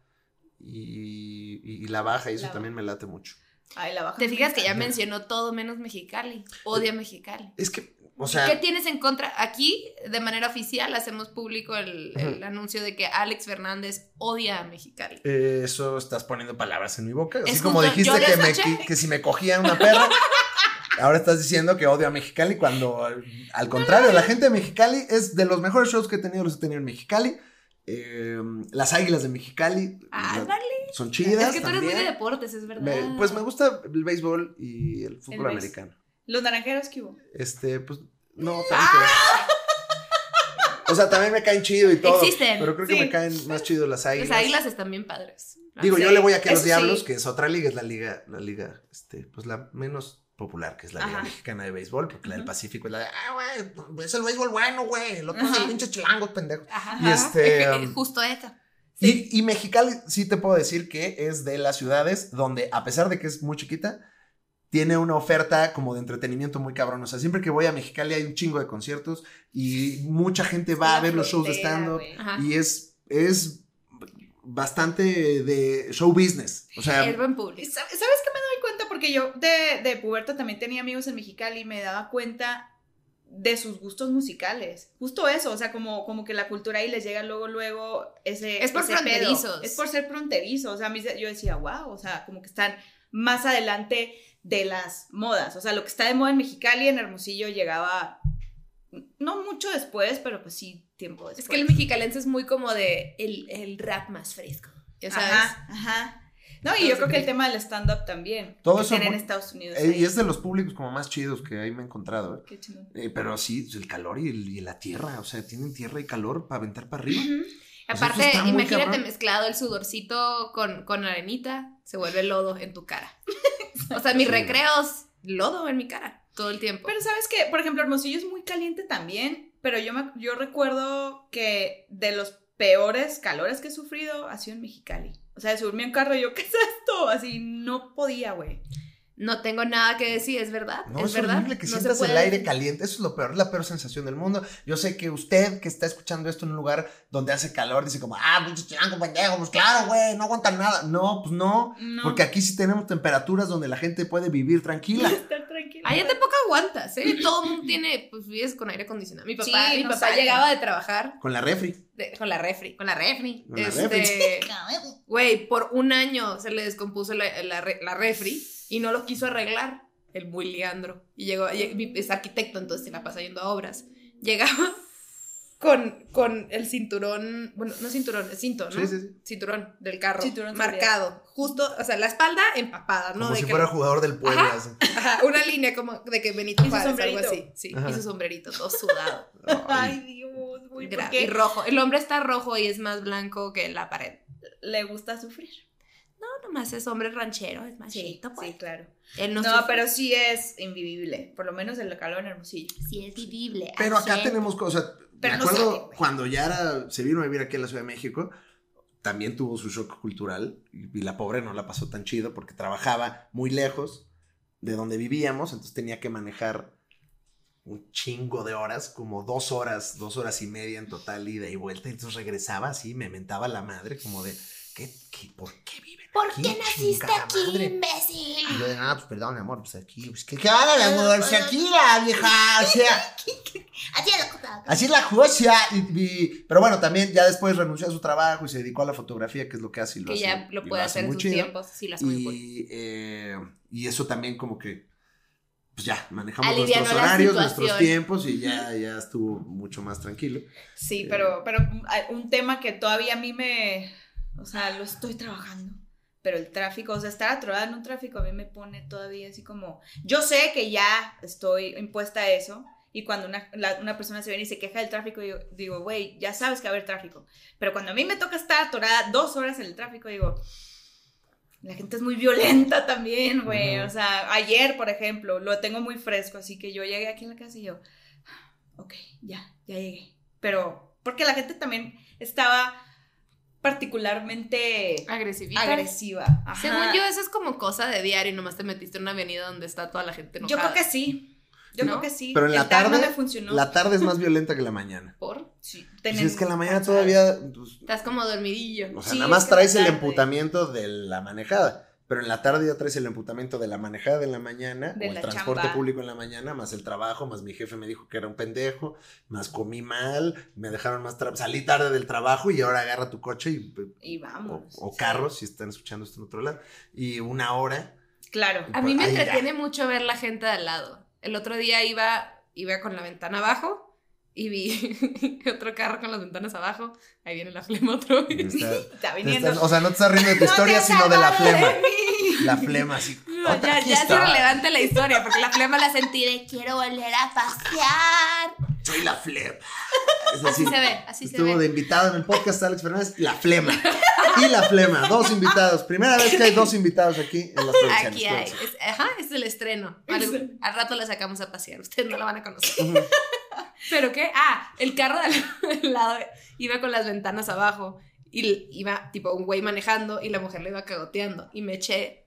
S3: y, y- y La Baja, y eso
S2: La Baja.
S3: también me late mucho.
S2: Ay, la baja.
S1: Te fijas que ya
S3: Ajá.
S1: mencionó todo menos Mexicali. Odia Mexicali.
S3: Es que, o
S1: ¿Qué
S3: sea,
S1: tienes en contra? Aquí, de manera oficial, hacemos público el, el anuncio de que Alex Fernández odia a Mexicali.
S3: eh, eso estás poniendo palabras en mi boca. Así
S1: Es
S3: como
S1: justo,
S3: dijiste
S1: yo lo
S3: que, me
S1: escuché.
S3: qui- que si me cogían una perra. Ahora estás diciendo que odio a Mexicali cuando al- al contrario, la gente de Mexicali es de los mejores shows que he tenido, los he tenido en Mexicali. Eh, las águilas de Mexicali la-
S1: Ándale.
S3: son
S1: Ah, Es
S3: chidas.
S1: que tú eres muy
S3: también.
S1: de deportes, es verdad.
S3: Me- pues me gusta el béisbol y el fútbol
S2: béis-
S3: americano.
S2: Los naranjeros que hubo.
S3: Este, pues,
S2: ¡Ah!
S3: no, tanto. O sea, también me caen chido y todo.
S1: Existen,
S3: Pero creo que
S2: sí.
S3: me caen más chido las águilas.
S1: Las águilas están bien padres.
S3: Digo, yo
S2: Sí,
S3: le voy aquí a los
S2: eso
S3: Diablos,
S2: sí.
S3: que es otra liga, es la liga, la liga, este, pues la menos popular, que es la liga
S2: Ajá.
S3: mexicana de béisbol, porque la del
S2: Ujú.
S3: Pacífico es la de, ah, güey, es el béisbol bueno, güey, el otro es el
S2: Ajá.
S3: pinche chilango, pendejo.
S1: Ajá.
S3: Y este, um,
S1: Justo esta.
S3: Y, y Mexicali sí te puedo decir que es de las ciudades donde, a pesar de que es muy chiquita, tiene una oferta como de entretenimiento muy cabrón. O sea, siempre que voy a Mexicali hay un chingo de conciertos y mucha gente va a
S2: La
S3: ver los shows de
S2: frontera,
S3: stand-up
S2: güey.
S1: Ajá.
S3: y es, es bastante de show business. O sea,
S1: Es buen público.
S2: ¿Sab- ¿Sabes qué me doy cuenta? Porque yo de, de puberta también tenía amigos en Mexicali y me daba cuenta de sus gustos musicales. Justo eso, o sea, como, como que la cultura ahí les llega luego, luego ese...
S1: Es por
S2: ese pedo.
S1: fronterizos.
S2: Es por ser fronterizos. O sea, a mí se- yo decía, wow, o sea, como que están más adelante de las modas. O sea, lo que está de moda en Mexicali, en Hermosillo, llegaba no mucho después, pero pues sí, tiempo después.
S1: Es que el mexicalense es muy como de el, el rap más fresco. Ya sabes.
S2: Ajá, ajá. No, y yo creo que el tema del stand-up también.
S3: Todo
S2: que
S3: eso
S2: tienen
S3: mu-
S2: en Estados Unidos.
S3: eh,
S2: ahí.
S3: y es de los públicos como más chidos que ahí me he encontrado. ¿eh?
S2: Qué chingón.
S3: Eh, pero sí, el calor y, el- y la tierra. O sea, tienen tierra y calor para aventar para arriba. Pues eso
S1: Aparte,
S3: está muy
S1: imagínate
S3: cabrón.
S1: mezclado el sudorcito con, con arenita, se vuelve lodo en tu cara. o sea, mis
S3: Sí.
S1: recreos, lodo en mi cara todo el tiempo.
S2: Pero sabes que, por ejemplo, Hermosillo es muy caliente también, pero yo, me, yo recuerdo que de los peores calores que he sufrido ha sido en Mexicali. O sea, subirme en carro y yo, ¿qué es esto? Así, no podía, güey.
S1: no tengo nada que decir, es verdad.
S3: No,
S1: es,
S3: es,
S1: verdad.
S3: horrible que
S1: no se
S3: sientas el
S1: puede
S3: aire
S1: decir.
S3: caliente. Eso es lo peor, la peor sensación del mundo. Yo sé que usted que está escuchando esto en un lugar donde hace calor dice como, ah, pinche chilango, pendejo, pues claro, güey, no aguantan nada. No, pues no,
S2: No.
S3: porque aquí sí tenemos temperaturas donde la gente puede vivir tranquila.
S2: estar tranquilo.
S1: Allá tampoco aguantas, ¿eh? Todo el mundo tiene, pues vives con aire acondicionado. Mi papá,
S2: Sí,
S1: mi
S2: no
S1: papá
S2: sale.
S1: llegaba de trabajar
S3: Con la refri.
S1: de- con la refri, con la refri.
S3: Con la
S1: Este, Güey, por un año se le descompuso la, la re- la refri y no lo quiso arreglar el muy Leandro. Y llegó, y es arquitecto, entonces se la pasa yendo a obras. Llegaba con, con el cinturón, bueno, no cinturón, el cinto, ¿no?
S3: Sí, sí, sí.
S1: Cinturón del carro.
S2: Cinturón
S1: marcado. Justo, o sea, la espalda empapada, ¿no?
S3: Como
S1: De
S3: si
S1: que-
S3: fuera jugador del Puebla. así.
S1: ajá, una línea como de que Benito
S2: Y su
S1: Juárez, algo así.
S2: sombrerito.
S1: Sí,
S3: Ajá.
S1: y su sombrerito todo sudado.
S2: Ay, Dios, güey,
S1: gra-
S2: porque
S1: y rojo. El hombre está rojo y es más blanco que la pared.
S2: le gusta sufrir.
S1: No, nomás es hombre ranchero, es más chiquito, pues.
S2: sí, claro.
S1: Él
S2: No,
S1: no, sufre.
S2: pero sí es invivible, por lo menos el calor en Hermosillo.
S5: Si es vivible.
S3: Pero acá
S5: Ayer.
S3: tenemos cosas.
S2: Pero
S3: me
S2: no
S3: acuerdo
S2: sale, güey.
S3: cuando Yara se vino a vivir aquí a la Ciudad de México, también tuvo su shock cultural y y la pobre no la pasó tan chido porque trabajaba muy lejos de donde vivíamos, entonces tenía que manejar un chingo de horas, como dos horas, dos horas y media en total, ida y vuelta, entonces regresaba así, me mentaba la madre como de, ¿qué, qué, ¿por qué viven
S5: ¿Por
S3: aquí,
S5: qué naciste
S3: chingada
S5: aquí,
S3: madre?
S5: imbécil?
S3: Y yo de, ah, pues perdón, mi amor, pues aquí, pues que, que haga la mudarse aquí, la vieja, o sea...
S5: Así es la cosa.
S3: Así es la cosa. Y, y- pero bueno, también ya después renunció a su trabajo y se dedicó a la fotografía, que es lo que hace. y lo
S1: que
S3: hace-
S1: ya
S3: y
S1: lo puede
S3: hace
S1: hacer en
S3: muy
S1: sus
S3: chido.
S1: tiempos, sí las muy cool.
S3: Y, eh, y eso también como que, pues ya, manejamos
S1: Alivianó
S3: nuestros
S1: la
S3: horarios,
S1: situación.
S3: nuestros tiempos y ya, ya estuvo mucho más tranquilo.
S2: Sí,
S3: Eh.
S2: pero, pero a- un tema que todavía a mí me. O sea, lo estoy trabajando. Pero el tráfico, o sea, estar atorada en un tráfico a mí me pone todavía así como. Yo sé que ya estoy impuesta a eso. Y cuando una, la- una persona se viene y se queja del tráfico, yo digo, güey, ya sabes que va a haber tráfico. Pero cuando a mí me toca estar atorada dos horas en el tráfico, digo. La gente es muy violenta también, güey.
S3: Ujú.
S2: O sea, ayer, por ejemplo, lo tengo muy fresco, así que yo llegué aquí a la casa y yo, ok, ya, ya llegué. Pero, porque la gente también estaba particularmente
S1: Agresivita.
S2: agresiva. Ajá.
S1: Según yo, eso es como cosa de diario, nomás te metiste en una avenida donde está toda la gente
S2: yo
S1: enojada.
S2: creo que sí. Yo
S4: ¿No?
S2: creo que sí.
S3: Pero en la
S2: El tag
S3: tarde,
S2: No me funcionó.
S3: La tarde es más violenta que la mañana.
S1: ¿Por?
S2: Sí,
S3: Si
S2: tenemos-
S3: es que en la mañana todavía. pues,
S1: Estás como dormidillo.
S3: o sea,
S2: Sí,
S3: nada
S2: es
S3: más
S2: que en
S3: traes
S2: la
S3: el
S2: tarde.
S3: emputamiento de la manejada. Pero en la tarde ya traes el emputamiento de la manejada en la mañana,
S2: De
S3: o el
S2: la
S3: transporte
S2: chamba.
S3: público en la mañana, más el trabajo, más mi jefe me dijo que era un pendejo, más comí mal, me dejaron más. tra- Salí tarde del trabajo y ahora agarra tu coche y.
S2: Y
S3: O,
S2: vamos.
S3: o carro, si están escuchando esto en otro lado. Y una hora.
S2: Claro.
S1: A mí me
S3: Ahí ya.
S1: entretiene mucho ver la gente de al lado. El otro día iba, iba con la ventana abajo y vi otro carro con las ventanas abajo. Ahí viene la flema otra vez.
S3: Está-
S2: Está
S3: te
S2: viniendo.
S3: estás- o sea, no te estás riendo de tu
S2: No te
S3: historia,
S2: has
S3: sino de la
S2: salvado de
S3: flema.
S2: mí.
S3: La flema, así.
S1: No, ya,
S3: aquí
S1: ya es
S3: está.
S1: irrelevante la historia, porque la flema la sentí de quiero.
S5: Quiero volver a pasear.
S3: Soy la flema.
S1: Así
S3: Es decir,
S1: se ve, así se
S3: estuvo
S1: ve.
S3: de invitado en el podcast Alex Fernández, la flema. Y la flema, dos invitados. Primera vez que hay dos invitados aquí en las producciones.
S1: Aquí hay.
S3: cuídense.
S1: es- ajá, es el estreno. Al, al rato la sacamos a pasear. Ustedes no la van a conocer.
S3: Ujú.
S1: ¿Pero qué? Ah, el carro de al al lado iba con las ventanas abajo y l- iba tipo un güey manejando y la mujer le iba cagoteando y me eché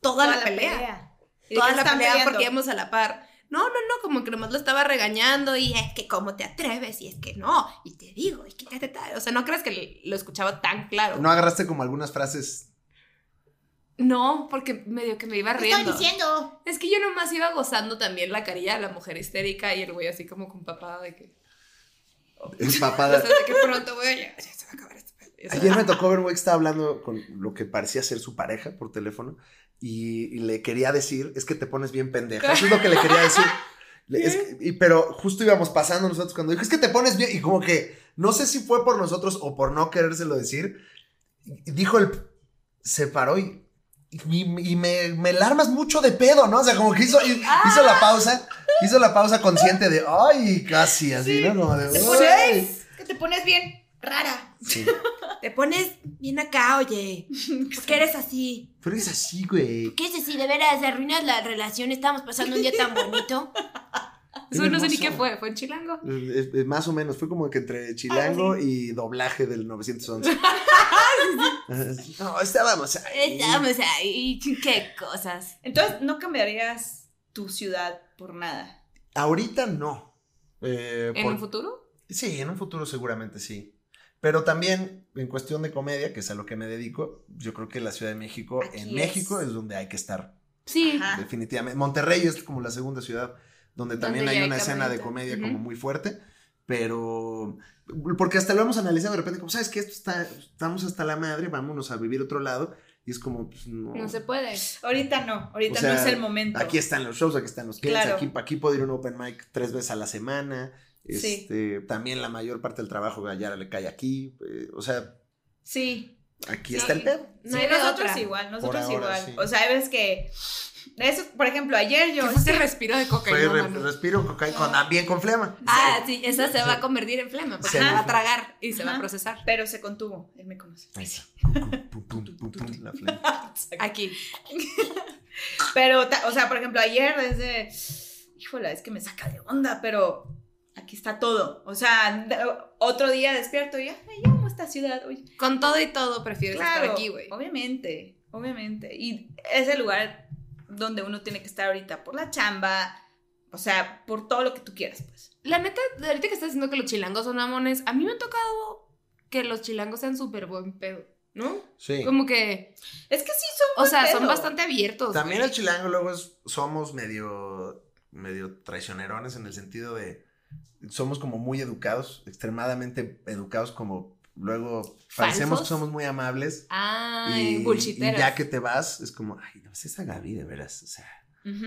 S1: toda, la, pelea.
S2: ¿De
S1: Toda
S2: qué
S1: la
S2: están
S1: pelea
S2: peleando?
S1: porque íbamos a la par. No, no, no, como que nomás lo estaba regañando y es que cómo te atreves y es que no, y te digo, y que te, te, te. O sea, no creas que le- lo escuchaba tan claro.
S3: ¿No agarraste como algunas frases?
S1: No, porque medio que me iba
S5: ¿Qué estoy
S1: riendo.
S5: diciendo?
S1: Es que yo nomás iba gozando también la carilla de la mujer histérica y el güey así como con papada de que, o sea,
S3: Empapada.
S1: de que pronto, güey, ya, ya se va a acabar este pedo. O sea,
S3: Ayer me tocó ver un güey que estaba hablando con lo que parecía ser su pareja por teléfono y, y le quería decir, es que te pones bien pendeja. Eso es lo que le quería decir. Le- es que- y- pero justo íbamos pasando nosotros cuando dijo, es que te pones bien. Y como que, no sé si fue por nosotros o por no querérselo decir, y- y dijo el... Se paró y... Y, y me, me larmas mucho de pedo, ¿no? O sea, como que hizo, hi-
S2: Ah.
S3: hizo la pausa, hizo la pausa consciente de, ay, casi, así, ¿no? Como de,
S2: Te
S3: "Ay".
S2: pones, que te pones bien rara.
S3: Sí.
S1: Te pones bien acá, oye. ¿Por qué eres así?
S3: Pero es así, güey.
S5: ¿Qué es si de veras arruinas la relación? Estamos pasando un día tan bonito.
S1: Eso no sé ni
S3: hermoso.
S1: qué fue, fue en Chilango.
S3: Eh, eh, Más o menos, fue como que entre chilango y doblaje del 911. no, estábamos
S1: Eh,
S3: ahí.
S5: Estamos ahí. Qué cosas.
S2: Entonces, no cambiarías tu ciudad por nada.
S3: Ahorita no. Eh,
S1: ¿En
S3: por-
S1: un futuro?
S3: sí, en un futuro seguramente sí. Pero también en cuestión de comedia, que es a lo que me dedico, yo creo que la Ciudad de México,
S2: Aquí
S3: en
S2: es.
S3: México es donde hay que estar,
S1: Sí.
S2: Ajá.
S3: definitivamente. Monterrey es como la segunda ciudad donde también
S1: ya
S3: hay
S1: hay
S3: una escena de
S1: comedita.
S3: comedia
S1: Ujú.
S3: como muy fuerte, pero porque hasta lo hemos analizado de repente como, ¿sabes qué? Esto está, estamos hasta la madre, vámonos a vivir otro lado y es como, pues, no.
S1: No se puede.
S2: Ahorita no, ahorita
S3: Pues, O sea,
S2: no es el momento.
S3: Aquí están los shows, aquí están los clientes,
S2: Claro.
S3: aquí, aquí puedo ir a un open mic tres veces a la semana.
S2: Sí.
S3: Este, También la mayor parte del trabajo allá le cae aquí. eh, o sea,
S2: Sí,
S3: aquí
S1: Sí.
S3: está el pedo.
S1: No
S2: sí,
S1: hay de
S2: nosotros
S1: otra.
S2: igual, nosotros
S3: ahora,
S2: igual.
S3: sí.
S2: O sea, hay veces que. Eso, por ejemplo, ayer yo.
S1: ¿Qué fue ese respiro de
S3: Fue
S1: cocaína?
S3: re-
S1: mano?
S3: respiro cocaína, con, también con flema.
S1: Ah, sí, esa se va
S3: Sí.
S1: a convertir en flema, porque
S3: Sí.
S1: se va a tragar y se va a
S2: Ajá.
S1: procesar.
S2: Pero se contuvo, él me conoce.
S3: Ahí está. Pum, pum, pum, pum, pum, la flema.
S1: Aquí.
S2: Pero, ta- o sea, por ejemplo, ayer desde. Híjole, es que me saca de onda, pero aquí está todo. O sea, d- otro día despierto y ya, ay, amo esta ciudad. Oye,
S1: Con todo y todo prefieres estar aquí, güey.
S2: Obviamente, obviamente. Y es el lugar donde uno tiene que estar ahorita por la chamba, o sea, por todo lo que tú quieras, pues.
S1: La neta, de ahorita que estás diciendo que los chilangos son amones, a mí me ha tocado que los chilangos sean súper buen pedo, ¿no?
S3: Sí.
S1: Como que,
S2: Es que sí son.
S1: o sea,
S2: buen
S1: son
S2: pedo.
S1: bastante abiertos.
S3: También
S1: güey.
S3: el chilango luego es- somos medio, medio traicionerones en el sentido de somos como muy educados, extremadamente educados, como luego parecemos que
S1: Falsos.
S3: somos muy amables.
S1: Ay,
S3: y,
S1: bullshiteros.
S3: y ya que te vas, es como, ay, no, es esa Gaby, de veras. O sea,
S2: Ujú.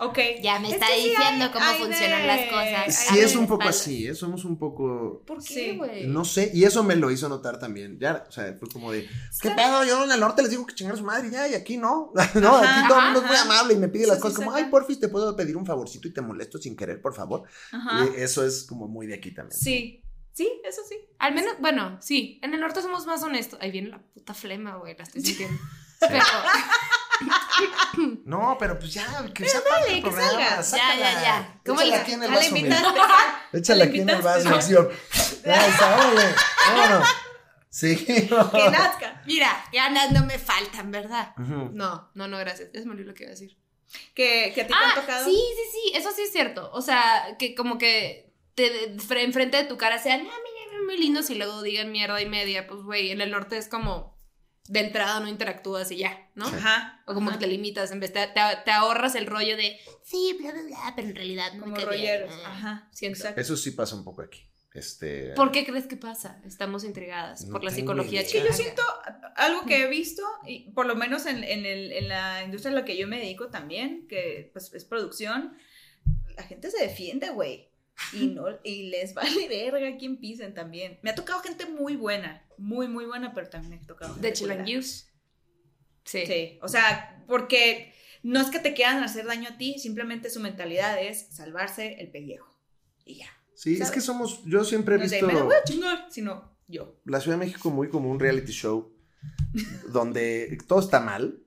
S2: Ok.
S5: Ya me
S2: Es
S5: está
S2: que sí
S5: diciendo
S2: hay-
S5: cómo
S2: hay de-
S5: funcionan las cosas.
S2: hay
S3: sí
S2: de-
S3: es un poco
S5: espalda.
S3: así, ¿eh? somos un poco,
S1: ¿Por qué,
S2: Sí.
S1: güey?
S3: no sé, y eso me lo hizo notar también, ya, o sea, fue como de, ¿Qué pedo? Yo en el norte les digo que chingar a su madre y ya, y aquí no. no,
S2: Ajá,
S3: aquí todo el
S1: ajá,
S3: mundo es muy
S2: ajá.
S3: amable y me pide las
S2: Sí,
S3: cosas
S2: sí,
S3: como,
S2: sí,
S3: ay,
S2: ajá.
S3: porfis, te puedo pedir un favorcito y te molesto sin querer, por favor.
S2: Ajá.
S3: Y eso es como muy de aquí también.
S2: Sí. Sí, eso sí.
S1: Al menos, bueno, sí, en el norte somos más honestos. Ahí viene la puta flema, güey, la estoy sintiendo. Pero,
S3: No, pero pues ya, que sea parte del
S2: que
S3: programa,
S2: salga. Ya,
S3: sácala.
S1: ya, ya. ¿Cómo
S3: Échala
S1: le-
S3: aquí en el
S2: Ya le
S3: vaso, mira.
S2: invitaste.
S3: Échala
S2: le
S3: aquí en el
S2: invitaste,
S3: vaso,
S2: ¿no?
S3: así, oh. Ya está, órale, vámonos. Seguimos.
S2: Que nazca.
S1: mira, ganas no me faltan, ¿verdad?
S3: Ujú.
S1: No, no, no, gracias. Es morir lo que iba a decir.
S2: Que, que a ti te han
S1: Ah,
S2: tocado.
S1: Sí, sí, sí, eso sí es cierto. O sea, que como que te de- fre- enfrente de tu cara sean, ah, mira, mira, muy lindos y luego digan mierda y media. Pues, güey, en el norte es como de entrada no interactúas y ya, ¿no?
S2: Ajá.
S1: O como que te limitas, en vez te, te, te ahorras el rollo de, sí, bla, bla, bla, pero en realidad
S5: Ah,
S1: no
S2: Como
S1: me cae
S2: rolleros.
S5: Mm.
S1: bien".
S2: Ajá.
S1: Siento.
S2: Exacto.
S3: Eso sí pasa un poco aquí. Este,
S1: ¿Por qué crees que pasa? Estamos intrigadas
S3: No
S1: por la
S3: tengo
S1: psicología
S3: idea.
S2: Es que yo
S1: chilanca.
S2: siento algo que he visto, y por lo menos en, en el- en la industria a la que yo me dedico también, que pues, es producción, la gente se defiende, güey. Y, no, y les vale verga a quien pisen también. Me ha tocado gente muy buena, muy, muy buena, pero también me ha tocado. gente
S1: De
S2: culera.
S1: Chilangius. Sí.
S2: Sí, o sea, porque no es que te quieran hacer daño a ti, simplemente su mentalidad es salvarse el pellejo. Y ya.
S3: sí, es
S2: ¿sabes?
S3: que somos. Yo siempre he
S2: No es de,
S3: visto
S2: "Me la voy a chingar", sino yo.
S3: la Ciudad de México muy como un reality show donde todo está mal,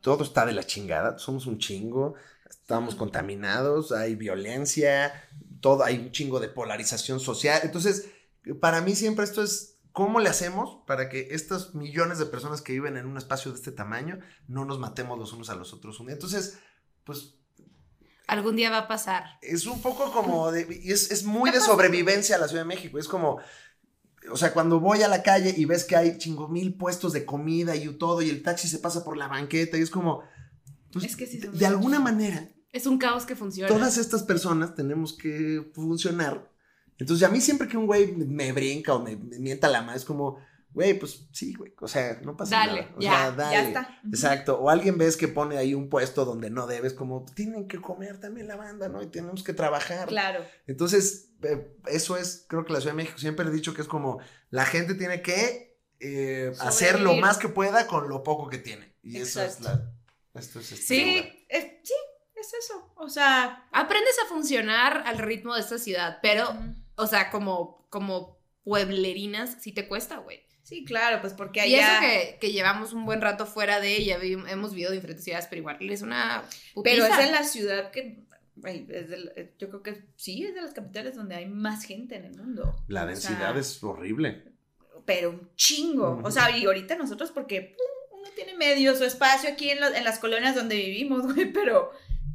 S3: todo está de la chingada, somos un chingo, estamos contaminados, hay violencia, todo, hay un chingo de polarización social. Entonces, para mí siempre esto es. ¿Cómo le hacemos para que estas millones de personas que viven en un espacio de este tamaño no nos matemos los unos a los otros un día? Entonces, pues
S1: Algún día va a pasar.
S3: es un poco como de. y Es, es muy de sobrevivencia la Ciudad de México. Es como. O sea, cuando voy a la calle y ves que hay chingo mil puestos de comida y todo, y el taxi se pasa por la banqueta, y es como. pues,
S2: Es que sí
S3: de,
S2: son
S3: de alguna manera,
S1: Es un caos que funciona.
S3: todas estas personas tenemos que funcionar. Entonces, a mí siempre que un güey me- me brinca o me, me mienta la mano, es como, güey, pues sí, güey. O sea, no pasa
S1: Dale,
S3: nada. O
S1: ya,
S3: sea, dale.
S2: Ya está.
S3: Exacto, o alguien ves que pone ahí un puesto donde no debes, como tienen que comer también la banda, ¿no? Y tenemos que trabajar.
S2: Claro.
S3: Entonces, eh, eso es, creo que la Ciudad de México siempre he dicho que es como la gente tiene que eh, hacer lo más que pueda con lo poco que tiene. Y eso es la. Esto es este lugar.
S2: Sí, es, sí, es eso. O sea,
S1: Aprendes a funcionar al ritmo de esta ciudad, pero, o sea, como, como pueblerinas, sí te cuesta, güey.
S2: sí, claro, pues porque
S1: Y eso
S2: allá.
S1: que, que llevamos un buen rato fuera de ella, vi- hemos vivido en diferentes ciudades, pero igual es una
S2: pero
S1: putiza.
S2: es en la ciudad que. ay, es de la- yo creo que sí, es de las capitales donde hay más gente en el mundo.
S3: La
S2: O
S3: densidad
S2: sea,
S3: es horrible.
S2: Pero un chingo. O sea, y ahorita nosotros, porque pum, uno tiene medio su espacio aquí en, lo- en las colonias donde vivimos, güey, pero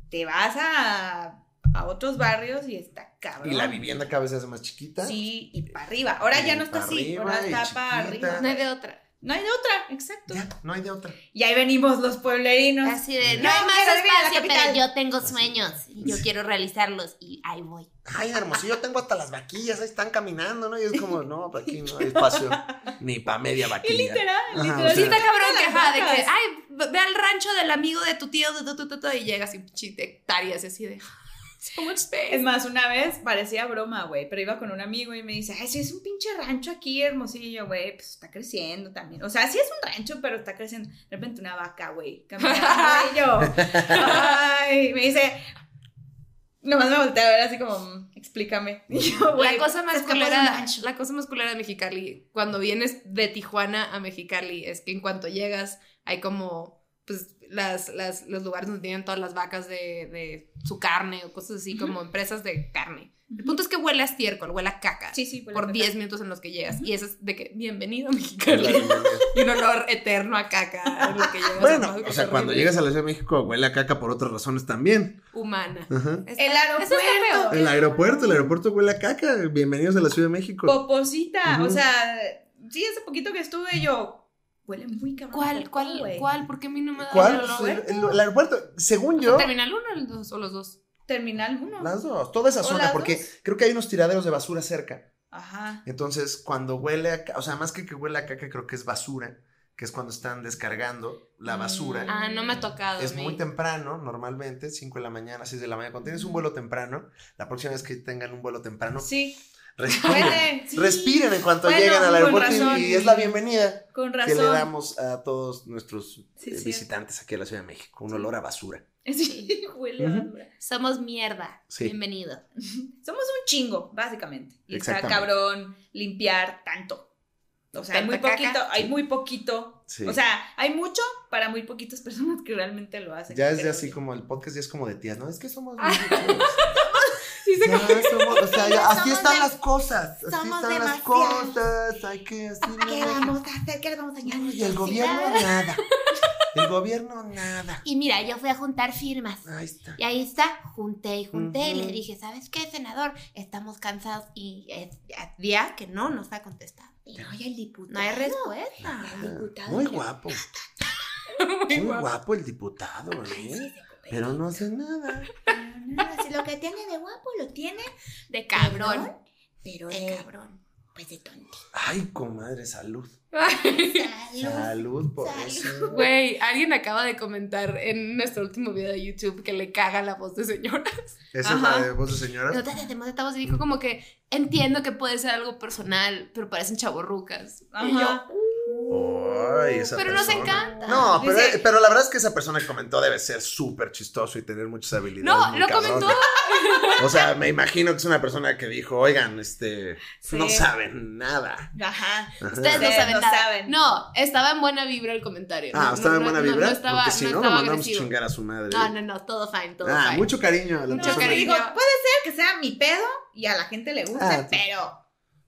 S2: te vas a, a otros barrios y está cabrón.
S3: Y la vivienda cada vez se hace más chiquita.
S2: Sí, y para arriba. Ahora
S3: Y
S2: ya no
S3: pa'
S2: está así,
S3: arriba,
S2: ahora
S3: y
S2: está para
S3: chiquita.
S2: arriba.
S1: No hay de otra.
S2: No hay de otra, exacto.
S3: Ya, no hay de otra.
S2: Y ahí venimos los pueblerinos.
S1: Así de, no
S2: Ya
S1: hay más
S2: quiero vivir en la
S1: espacio,
S2: capital.
S1: pero yo tengo sueños y yo quiero realizarlos y ahí voy.
S3: Ay, hermosillo, tengo hasta las vaquillas, ahí están caminando, ¿no? Y es como, no, pa' aquí no hay espacio ni para media
S2: Y
S3: vaquilla.
S2: literal,
S3: Ajá,
S2: literal.
S3: o sea-
S1: Sí está cabrón
S2: Las
S1: que, ajá, de que,
S2: vacas.
S1: ay, ve al rancho del amigo de tu tío, tu, tu, tu, tu, tu, y llegas y chiste hectáreas y así de, so much
S2: Es
S1: space.
S2: más, una vez parecía broma, güey, pero iba con un amigo y me dice, ay, sí, es un pinche rancho aquí, hermosillo, güey, pues está creciendo también. O sea, sí es un rancho, pero está creciendo. De repente una vaca, güey, caminando, y yo, ay, me dice, nomás me volteé a ver así como, "Mm, explícame. Y yo, güey,
S1: la cosa más
S2: se escapó de un
S1: culera,
S2: rancho.
S1: la cosa más culera de Mexicali, cuando vienes de Tijuana a Mexicali, es que en cuanto llegas hay como pues las, las- los lugares donde tienen todas las vacas de, de su carne o cosas así, como empresas de carne. El punto es que huele a estiércol, huele a caca.
S2: Sí, sí,
S1: por
S2: la
S1: 10 minutos en los que llegas. Y eso es de que, bienvenido a Mexicali. Y un olor eterno a caca en lo que llegas.
S3: Bueno,
S1: Además,
S3: o sea,
S1: horrible.
S3: cuando llegas a la Ciudad de México huele a caca por otras razones también.
S1: Humana.
S3: Ajá.
S1: Está-
S2: El
S1: eso está
S2: aeropuerto.
S3: El aeropuerto, el aeropuerto huele a caca. Bienvenidos a la Ciudad de México.
S2: Poposita, o
S3: Ujú.
S2: sea, sí, hace poquito que estuve yo, huele muy cabrón.
S1: ¿Cuál, cuál,
S2: güey.
S1: cuál? ¿Por qué a mí no me da
S3: ¿Cuál?
S1: el olor?
S3: El, el- el aeropuerto, según yo,
S1: ¿Terminal uno o el dos- o los dos?
S2: Terminal 1.
S3: las dos, toda esa
S2: ¿O
S3: zona,
S2: las
S3: porque
S2: dos?
S3: creo que hay unos tiraderos de basura cerca.
S2: Ajá.
S3: Entonces, cuando huele a caca, o sea, más que que huele a caca, creo que es basura, que es cuando están descargando la basura.
S2: Mm.
S1: Ah, no me ha tocado.
S3: Es
S1: a mí.
S3: muy temprano, normalmente, 5 de la mañana, 6 de la mañana. Cuando tienes un vuelo temprano, la próxima vez que tengan un vuelo temprano,
S2: Sí,
S3: respiren.
S2: huele. sí,
S3: Respiren en cuanto
S2: Bueno,
S3: lleguen al
S2: con
S3: aeropuerto y-
S2: razón.
S3: y es la bienvenida
S2: Con
S3: que le
S2: razón.
S3: damos a todos nuestros
S2: Sí,
S3: eh,
S2: cierto.
S3: visitantes aquí a la Ciudad de México. Un olor a basura.
S2: Sí, huele a
S3: Ujú.
S2: basura.
S1: Somos mierda.
S3: Sí.
S1: Bienvenido.
S2: Somos un chingo, básicamente. Y está
S3: Exactamente.
S2: cabrón limpiar tanto. O sea, hay muy
S1: Tanta caca.
S2: poquito, hay muy poquito.
S3: Sí.
S2: O sea, hay mucho para muy poquitas personas que realmente lo hacen.
S3: Ya es de
S2: creo
S3: así
S2: yo.
S3: como el podcast, ya es como de tías, ¿no? Es que somos.
S1: Ah.
S3: muy Ya somos- o sea, ya, así están las cosas. Así
S5: somos
S3: están las
S5: demasiados.
S3: cosas. Hay que así. no,
S5: a hacer? ¿Qué le vamos a
S3: Y el gobierno nada. El gobierno, nada.
S1: Y mira, yo fui a juntar firmas.
S3: Ahí está.
S1: Y ahí está, junté y junté y le
S3: Ujú.
S1: dije, ¿sabes qué, senador? Estamos cansados y es ya día que no nos ha contestado.
S5: Y no, y el diputado.
S1: No hay respuesta.
S5: diputado
S3: Ah, Muy
S5: que-
S3: guapo.
S6: Muy
S3: Muy
S6: guapo.
S3: guapo el diputado, ¿eh? Pero no hace nada.
S5: No, si lo que tiene de guapo lo tiene. eh,
S1: De cabrón.
S5: Pero
S1: De
S5: de,
S1: cabrón.
S5: pues de tonto.
S3: Ay, comadre, salud.
S5: Salud.
S3: Salud por
S5: Salud.
S3: eso.
S6: Güey, alguien acaba de comentar en nuestro último video de YouTube que le caga la voz de señora.
S7: Esa es
S2: Ajá.
S7: la de voz de señora.
S1: Nosotras hacemos esta voz y dijo como que entiendo que puede ser algo personal, pero parecen chaborrucas. Y yo,
S2: Ajá.
S3: Ay, esa
S1: pero nos
S3: persona.
S1: encanta.
S3: No, pero, eh,
S2: Dice-
S3: pero la verdad es que esa persona que comentó debe ser súper chistoso y tener muchas habilidades.
S1: No,
S3: muy
S1: lo
S3: cabronas.
S1: comentó.
S3: O sea, me imagino que es una persona que dijo, oigan, este,
S2: Sí.
S3: no saben nada.
S2: Ajá.
S3: Ajá.
S1: Ustedes no
S2: Ustedes
S1: saben
S2: no
S1: nada.
S2: saben.
S1: No, estaba en buena vibra el comentario.
S3: Ah,
S1: No,
S3: estaba en
S1: no,
S3: buena
S1: no,
S3: vibra.
S1: No, estaba,
S3: Porque si no,
S1: no
S3: lo
S1: estaba
S3: mandamos a
S1: agresivo.
S3: chingar a su madre.
S1: No, no, no, todo fine, todo
S3: ah,
S1: fine.
S3: mucho cariño a la
S1: No,
S2: Yo
S3: persona.
S1: cariño.
S2: digo, puede ser que sea mi pedo y a la gente le guste,
S3: Ah, sí.
S2: pero.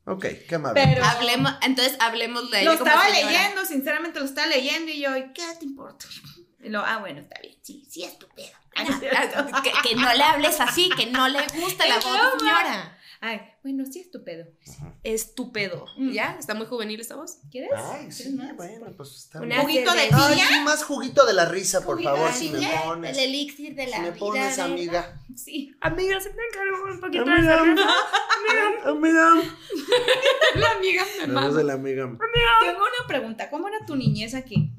S3: Ok, qué amable.
S2: Pero.
S1: Hablemos, entonces hablemos de
S2: Lo
S1: ella como
S2: estaba
S1: señora.
S2: leyendo, sinceramente lo estaba leyendo y yo, ¿y ¿qué te importa? Y lo, ah, bueno, está bien.
S5: Sí, sí, estúpido.
S1: Ah, ah, Que, que no le hables así, que no le gusta la
S2: Es
S1: voz de señora.
S2: Ay, bueno, sí es tu pedo.
S1: Estúpido. ¿Ya? Está muy juvenil esta voz.
S2: ¿Quieres?
S3: Ay, sí,
S2: ¿Quieres más?
S3: bueno, pues está
S1: Una
S3: bien.
S2: ¿Juguito de
S3: Ay,
S2: piña?
S3: sí, más juguito de la risa, por
S5: Juguito
S3: favor,
S5: de
S3: si me
S5: piña,
S3: pones.
S5: El elixir de la
S3: Si me
S5: vida.
S3: pones,
S5: ¿verdad?
S3: amiga.
S2: Sí.
S6: Amiga, se te encargó un poquito de
S3: Amiga,
S6: cerveza.
S3: amiga.
S6: La amiga me
S3: La voz
S6: mama.
S3: de la amiga.
S2: Tengo una pregunta. ¿Cómo era tu niñez aquí?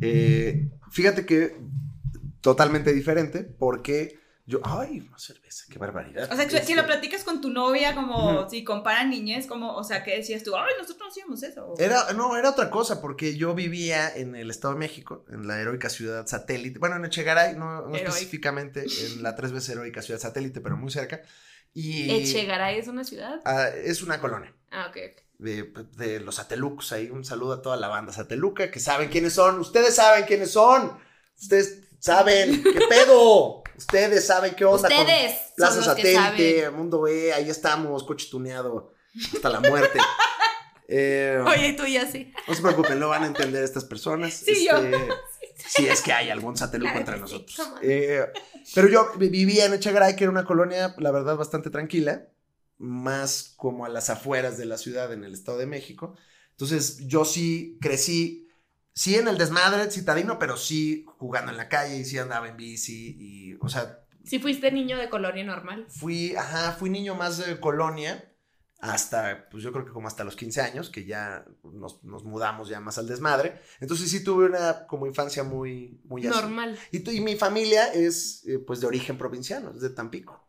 S3: Eh, fíjate que totalmente diferente porque yo, ay, una cerveza, qué barbaridad.
S2: O sea, que si
S3: Este,
S2: lo platicas con tu novia, como
S3: Ujú.
S2: si comparan niñez, como, o sea, ¿qué decías tú? Ay, nosotros no hacíamos eso.
S3: era, no, era otra cosa, porque yo vivía en el Estado de México, en la heroica ciudad satélite, bueno, en Echegaray, no, no
S6: Heroica.
S3: específicamente, en la tres veces heroica ciudad satélite, pero muy cerca. Y
S1: Echegaray es una ciudad.
S3: ah, es una colonia
S1: Ah, ok. ok.
S3: de, pues, de los Satelucos, ahí un saludo a toda la banda Sateluca, que saben quiénes son, ustedes saben quiénes son, ustedes saben, qué pedo, ustedes saben qué onda con-
S1: Ustedes son
S3: Plaza
S1: los que saben.
S3: Satélite, Mundo E, ahí estamos, coche tuneado, hasta la muerte. Eh,
S1: Oye, y tú ya sí.
S3: no se preocupen, lo van a entender estas personas. Este,
S2: Sí, yo.
S3: Si es que hay algún satélite
S1: Claro
S3: entre
S1: que sí,
S3: nosotros.
S1: cómo no.
S3: Eh, pero yo vi- vivía en Echegaray, que era una colonia, la verdad, bastante tranquila, más como a las afueras de la ciudad, en el Estado de México. Entonces, yo sí crecí, sí en el desmadre citadino, pero sí jugando en la calle y sí andaba en bici y, o sea,
S1: Si fuiste niño de colonia normal.
S3: Fui, ajá, fui niño más de colonia hasta, pues yo creo que como hasta los 15 años, que ya nos, nos mudamos ya más al desmadre. Entonces sí tuve una como infancia muy, muy así.
S1: Normal.
S3: Y, tu- y mi familia es eh, pues de origen provinciano, es de Tampico.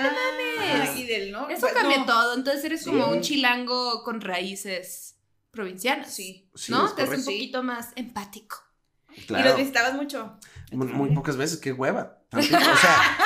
S2: Ah, y del no.
S1: Eso
S2: Pues,
S1: cambió
S2: no.
S1: todo. Entonces eres
S3: Sí.
S1: como un chilango con raíces provincianas.
S2: Sí.
S3: Sí,
S1: ¿No?
S3: es
S1: Te hace un
S3: correcto.
S1: poquito más empático.
S2: Y
S3: Claro.
S2: los visitabas mucho.
S3: Muy, muy pocas veces, qué hueva. Tampico, o sea,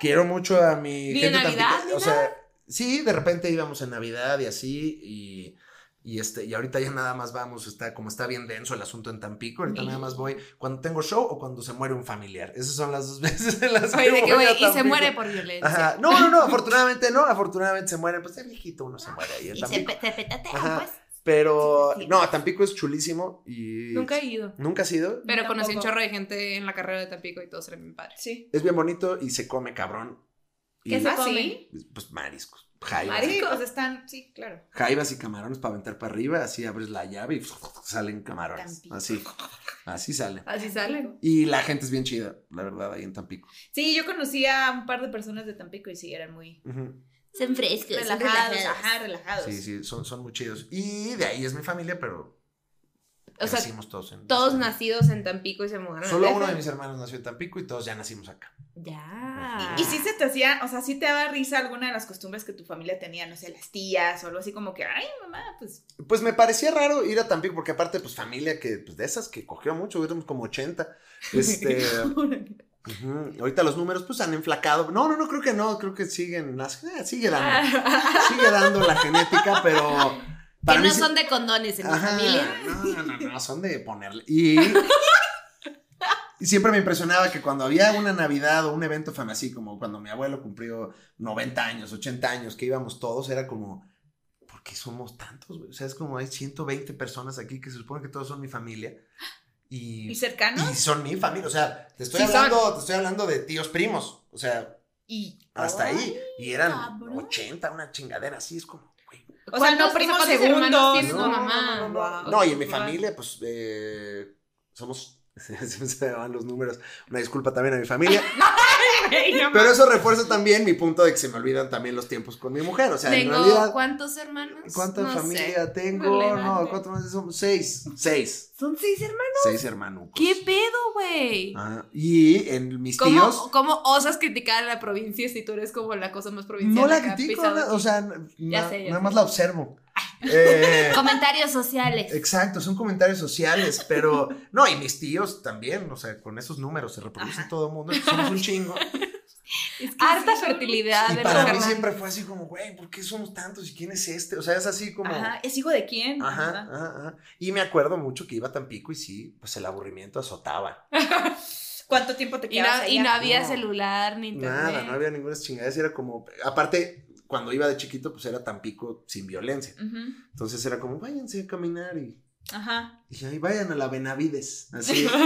S3: quiero mucho a mi
S1: Ni de
S3: gente
S1: Navidad,
S3: tampiqueña,
S1: ni
S3: O sea, sí, de repente íbamos en Navidad y así, y, y este, y ahorita ya nada más vamos, está como está bien denso el asunto en Tampico, ahorita
S1: Sí.
S3: nada más voy cuando tengo show o cuando se muere un familiar. Esas son las dos veces en las
S1: Oye, de que,
S3: voy
S1: güey,
S3: a
S1: y se
S3: Tampico.
S1: muere por violencia.
S3: Ajá. No, no, no, afortunadamente no, afortunadamente se mueren, pues de viejito uno se muere ahí en
S5: Y se,
S3: Tampico.
S5: pe- se petatean,
S3: Ajá.
S5: pues.
S3: Pero no, Tampico es chulísimo y
S1: Nunca he ido.
S3: nunca ha sido.
S1: Pero
S2: Tampoco.
S1: conocí un chorro de gente en la carrera de Tampico y todos eran bien padres.
S2: Sí.
S3: Es bien bonito y se come cabrón. Y-
S1: ¿Qué se
S2: Ah,
S1: come?
S2: sí.
S3: pues mariscos. Jaivas,
S2: Maricos están, sí, claro.
S3: jaivas y camarones para aventar para arriba, así abres la llave y salen camarones.
S5: Tampico.
S3: Así, así salen.
S1: Así sale.
S3: Y la gente es bien chida, la verdad, ahí en Tampico.
S2: Sí, yo conocí a un par de personas de Tampico y sí, eran muy
S3: Ujú.
S5: Son frescos, son
S2: relajados.
S5: relajados.
S2: Ajá, relajados.
S3: Sí, sí, son, son muy chidos. Y de ahí es mi familia, pero
S1: O sea,
S3: nacimos todos en.
S1: todos
S3: en-
S1: nacidos en Tampico y se mudaron. a
S3: Solo
S1: Texas.
S3: uno de mis hermanos nació en Tampico y todos ya nacimos acá.
S1: Ya.
S2: Ah. Y sí se te hacía, o sea, sí te daba risa alguna de las costumbres que tu familia tenía, no sé, las tías o algo así como que, ay, mamá, pues.
S3: Pues me parecía raro ir a Tampico, porque aparte, pues familia que, pues, de esas que cogió mucho, éramos como 80. Este. ujú. Ahorita los números, pues han enflacado. No, no, no, creo que no, creo que siguen. las- eh, sigue dando. sigue dando la genética, pero
S1: Ah. Que
S3: para mí
S1: no
S3: sí-
S1: son de condones en
S3: Ajá,
S1: mi familia.
S3: No, no, no, son de ponerle. Y, y siempre me impresionaba que cuando había una Navidad o un evento fam- así, como cuando mi abuelo cumplió 90 años, 80 años, que íbamos todos, era como, ¿por qué somos tantos? güey? O sea, es como hay 120 personas aquí que se supone que todos son mi familia. Y,
S2: ¿Y cercanos?
S3: y son mi familia. O sea, te estoy,
S1: Sí son.
S3: hablando, te estoy hablando de tíos primos. O sea,
S2: Y,
S3: hasta ahí. Y eran
S5: cabrón.
S3: 80, una chingadera así. Es como, güey.
S2: o sea, no
S1: ¿Cuántos-
S2: primos
S1: cuántos hermanos
S2: segundos.
S1: tienes? No, mamá.
S3: No, no, no, no.
S2: Wow.
S3: No, y en mi
S2: Mamá.
S3: familia, pues, eh, somos. Se me van los números. Una disculpa también a mi familia. Pero eso refuerza también mi punto de que se me olvidan también los tiempos con mi mujer. O sea, en
S8: Tengo
S3: realidad.
S8: cuántos hermanos.
S3: ¿Cuánta
S8: No sé.
S3: familia tengo? No,
S8: Relevante.
S3: ¿cuántos más somos? Seis. Seis.
S5: ¿Son seis hermanos?
S3: Seis hermanos.
S8: ¿Qué pedo, güey?
S3: Ah, y en mis tíos.
S1: ¿Cómo, ¿Cómo osas criticar a la provincia si tú eres como la cosa más provincial?
S3: No la
S1: que ha
S3: critico,
S1: pisado
S3: na-
S1: aquí?
S3: o sea, na-
S1: sé, ya
S3: nada
S1: sé.
S3: más la observo. Eh,
S8: Comentarios sociales.
S3: exacto, son comentarios sociales, pero no, y mis tíos también, o sea, con esos números se reproduce todo el mundo, somos un chingo.
S1: Harta fertilidad
S3: Y
S1: de
S3: para
S1: los
S3: mí
S1: hermanos.
S3: siempre fue así como, güey, ¿por qué somos tantos y quién es este? O sea, es así como.
S2: Ajá, ¿es hijo de quién?
S3: Ajá, ajá, ajá. Y me acuerdo mucho que iba a Tampico y sí, pues el aburrimiento azotaba.
S2: ¿Cuánto tiempo te
S1: Y
S2: quedabas
S1: no, y
S2: allá?
S1: no había
S3: No.
S1: celular ni internet.
S3: Nada, no había ninguna chingada. Era como, aparte, cuando iba de chiquito, pues era Tampico sin violencia.
S2: Ujú,
S3: Entonces era como, váyanse a caminar y,
S2: Ajá.
S3: y ahí vayan a la Benavides. Así.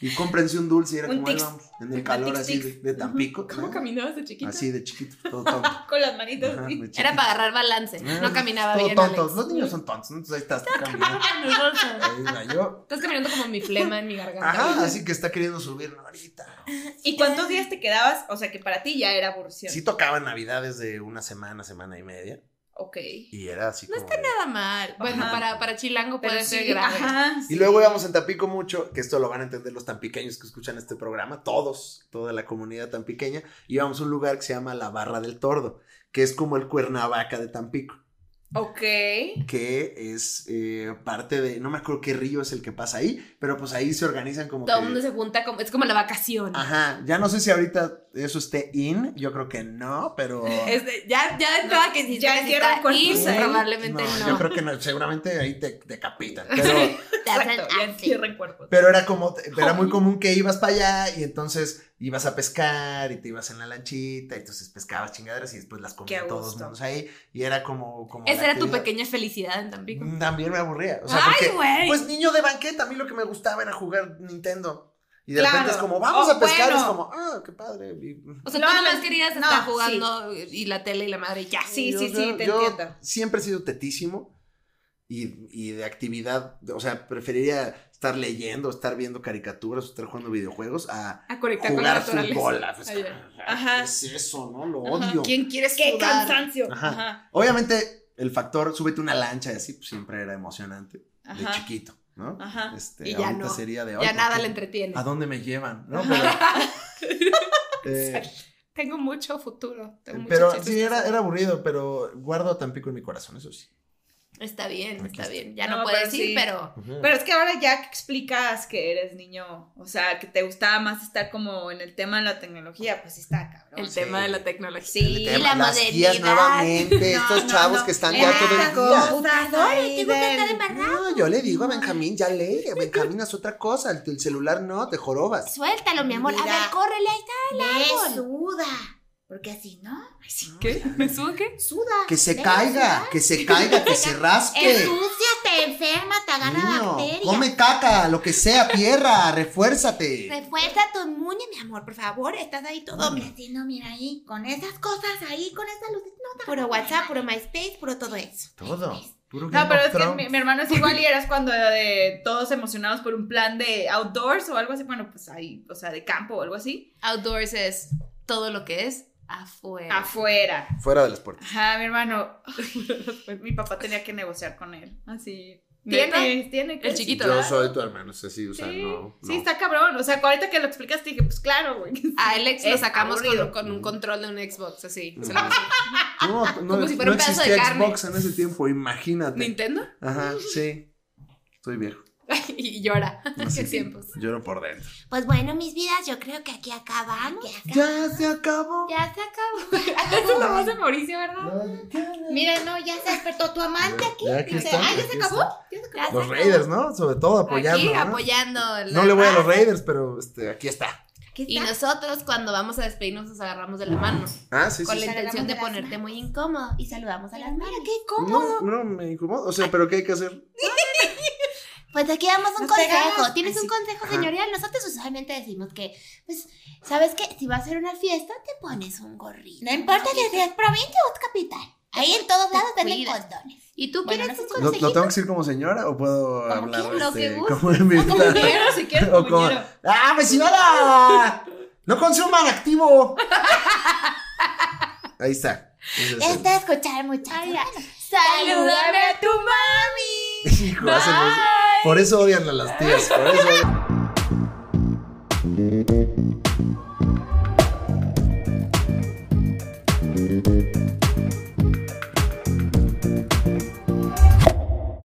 S3: y cómprense un dulce y era
S2: Un
S3: como, ahí
S2: tix-
S3: vamos, en el calor
S2: tix-
S3: así de, de Tampico.
S1: ¿Cómo
S3: ¿no?
S1: caminabas de chiquita?
S3: Así de chiquito, todo tonto.
S2: Con las
S3: Ajá,
S2: manitas.
S3: de
S2: sí.
S3: chiquito.
S8: Era para agarrar balance. No caminaba
S3: Todo
S8: bien.
S3: tonto.
S8: Alex.
S3: Los niños son tontos, ¿no? entonces ahí estás tú caminando. Ahí iba yo.
S1: Estás caminando como mi flema en mi garganta.
S3: Ajá, así que está queriendo subir ahorita.
S2: ¿Y cuántos días te quedabas? O sea, que para ti ya era aburrición.
S3: Sí tocaba navidades de una semana, semana y media.
S2: Ok.
S3: Y era así como... de-
S1: Nada mal. Bueno,
S3: Ajá.
S1: para, para Chilango
S2: Pero
S1: puede ser
S2: sí,
S1: grave.
S2: Ajá,
S3: Y
S2: sí.
S3: luego íbamos en Tampico mucho, que esto lo van a entender los tampiqueños que escuchan este programa, todos, toda la comunidad tampiqueña, íbamos a un lugar que se llama La Barra del Tordo, que es como el Cuernavaca de Tampico,
S2: Ok.
S3: que es eh, parte de, no me acuerdo qué río es el que pasa ahí, pero pues ahí se organizan como...
S1: Todo
S3: que-
S1: el mundo se junta, como, es como la vacación.
S3: Ajá, ya no sé si ahorita eso esté in, yo creo que no, pero...
S1: Es de- ya, ya de entrada que si
S2: Ya
S1: que si
S2: entierran
S1: está
S2: cuerpos
S1: in,
S2: ahí.
S1: probablemente no.
S3: Yo creo que no, seguramente ahí te decapitan, pero...
S2: Exacto.
S5: ah,
S2: Ya entierran cuerpos.
S3: Pero era como, era muy común que ibas para allá y entonces ibas a pescar y te ibas en la lanchita y entonces pescabas chingaderas y después las comían
S2: Qué
S3: todos
S2: gusto.
S3: los ahí y era como... como
S1: Esa
S3: la
S1: era tu
S3: actividad.
S1: pequeña felicidad en Tampico.
S3: Mm, También me aburría. O sea, porque,
S1: güey!
S3: pues niño de banqueta, a mí lo que me gustaba era jugar Nintendo. Y de
S2: Claro.
S3: repente es como, vamos
S2: Oh,
S3: a pescar,
S2: bueno.
S3: es como, ah, qué padre. y-
S1: o sea,
S2: No,
S1: tú
S2: no,
S1: nomás querías
S2: no,
S1: estar
S2: sí.
S1: jugando y la tele y la madre y ya.
S2: Ah, Sí,
S3: Yo-
S2: sí, sí,
S3: yo-
S2: te
S3: yo
S2: entiendo.
S3: Siempre he sido tetísimo y, y de actividad, o sea, preferiría estar leyendo, estar viendo caricaturas, estar jugando videojuegos a
S1: A conectar con la
S3: jugar
S1: naturaleza.
S3: fútbol. Pues,
S1: Ay,
S2: Ajá.
S3: ¿qué es eso, ¿no? Lo
S2: Ajá.
S3: odio.
S8: ¿Quién quieres
S2: ¡Qué
S8: sudar?
S2: cansancio!
S3: Ajá.
S2: Ajá.
S3: Obviamente, el factor súbete una lancha y así, pues siempre era emocionante de
S2: Ajá.
S3: chiquito, ¿no?
S2: Ajá.
S3: Este,
S1: Y ya
S3: ahorita
S1: no.
S3: sería de "Ay,
S1: Ya
S3: ¿por
S1: nada
S3: qué?
S1: le entretiene.
S3: ¿A dónde me llevan? ¿No? Pero- Eh,
S1: Tengo mucho futuro. Tengo mucho
S3: pero
S1: chiste.
S3: sí, era, era aburrido, pero guardo a Tampico en mi corazón, eso sí.
S8: Está bien,
S3: Aquí
S8: está
S3: está.
S8: bien. Ya no,
S2: No,
S8: puedes
S2: pero
S8: ir,
S2: sí.
S8: pero.
S3: Ujú.
S2: Pero es que ahora ya que explicas que eres niño, o sea, que te gustaba más estar como en el tema de la tecnología, pues sí está cabrón.
S1: El tema de la tecnología.
S2: Sí,
S3: El
S8: la
S3: tema, las guías
S8: modernidad.
S3: nuevamente, estos
S2: no,
S3: chavos
S2: no.
S3: que están
S2: Era
S3: ya todo el día.
S2: tengo que estar
S3: No, yo le digo a Benjamín, ya lee, Benjamín es otra cosa, el, el celular no, te jorobas.
S8: Suéltalo, mi amor. A
S5: Mira.
S8: ver, córrele ahí está.
S5: Me suda. Porque así no.
S1: ¿Qué? ¿Me subo qué?
S5: Suda.
S3: Que se
S5: Ven,
S3: caiga, que se caiga, que se rasque.
S5: Ensucia, te enferma, te agarra
S3: Niño,
S5: bacterias.
S3: come caca, lo que sea, tierra, refuérzate.
S5: Refuerza tu inmune, mi amor, por favor. Estás ahí todo. Mira, sí, no, mira ahí. Con esas cosas ahí, con esa luz. No te puro WhatsApp, puro MySpace, puro todo eso.
S3: Todo. puro Game
S2: No, pero
S3: of
S2: es que
S3: Thrones.
S2: mi, mi hermano es igual y eras cuando de todos emocionados por un plan de outdoors o algo así, bueno, pues ahí, o sea, de campo o algo así,
S8: Outdoors es todo lo que es afuera.
S1: Ah,
S2: afuera.
S3: Fuera de las puertas.
S2: Ajá, mi hermano, pues, mi papá tenía que negociar con él, así.
S1: ¿Neta?
S2: Tiene, tiene que
S1: El chiquito.
S2: ¿verdad?
S3: soy tu hermano, es así, o
S2: Sí, sí,
S3: no.
S2: está cabrón. O sea, ahorita que lo explicaste dije, pues claro, güey.
S1: A Alex lo
S2: Es
S1: sacamos con,
S2: aburrido.
S1: con un control de un Xbox, así.
S3: No.
S1: Se lo puse.
S2: ah,
S3: No, no,
S1: Como si fuera
S3: no
S1: un pedazo de
S3: existía
S1: carne.
S3: Xbox en ese tiempo, imagínate.
S1: ¿Nintendo?
S3: Ajá, sí. Estoy viejo.
S1: y llora.
S3: Así
S1: ¿Qué tiempos?
S3: Lloro por dentro.
S5: Pues bueno, mis vidas, yo creo que aquí acabamos.
S3: Ya se acabó.
S5: Ya se acabó.
S1: Esa es la voz de Mauricio, ¿verdad?
S5: Mira, no, ya se despertó tu amante aquí.
S3: Ya, aquí
S5: O sea,
S3: están,
S5: ah, ya
S3: aquí
S5: se acabó.
S8: Ya
S3: Los
S8: se
S3: Raiders, ¿no? Sobre todo apoyando.
S8: Aquí
S3: ¿no?
S8: apoyando. el-
S3: No le
S1: Ah,
S3: voy a los Raiders, pero este, aquí está.
S5: ¿Qué
S8: Y nosotros cuando vamos a despedirnos nos agarramos de la mano
S3: Ah, sí,
S8: con
S3: sí.
S8: la intención
S3: sí.
S5: Agarramos
S8: de
S5: de las
S8: ponerte muy incómodo y saludamos a las manos.
S5: qué
S3: No, no me incomodo. O sea, pero ¿qué hay que hacer?
S5: Pues aquí damos un
S2: No te
S5: consejo.
S2: hagas.
S5: ¿Tienes
S2: Ay, sí.
S5: un consejo,
S3: Ajá.
S5: señorial? Nosotros usualmente decimos que, pues, ¿sabes qué? Si vas a hacer una fiesta, te pones un gorrito.
S1: No importa
S5: que seas provincia o capital. Ahí en todos lados venden
S1: cuidas.
S5: condones.
S1: ¿Y tú
S5: Bueno,
S1: quieres
S5: no
S1: un
S5: sé
S3: ¿Lo,
S1: consejito?
S3: lo tengo que decir como señora o puedo hablar
S1: quieras, lo que
S3: este,
S1: gustes.
S3: como en mi
S2: Como quiero, si quieres,
S3: o
S2: como
S3: como,
S2: quiero.
S3: ¡Ah, vecina! ¡No consuman activo! Ahí está. Ese es el-
S1: Este-
S5: Esto es escuchar, muchachos.
S1: Ay, ay.
S5: Bueno,
S1: ¡Salúdame a tu
S3: Hijo, hacen eso. Por eso odian a las tías. Por eso odian-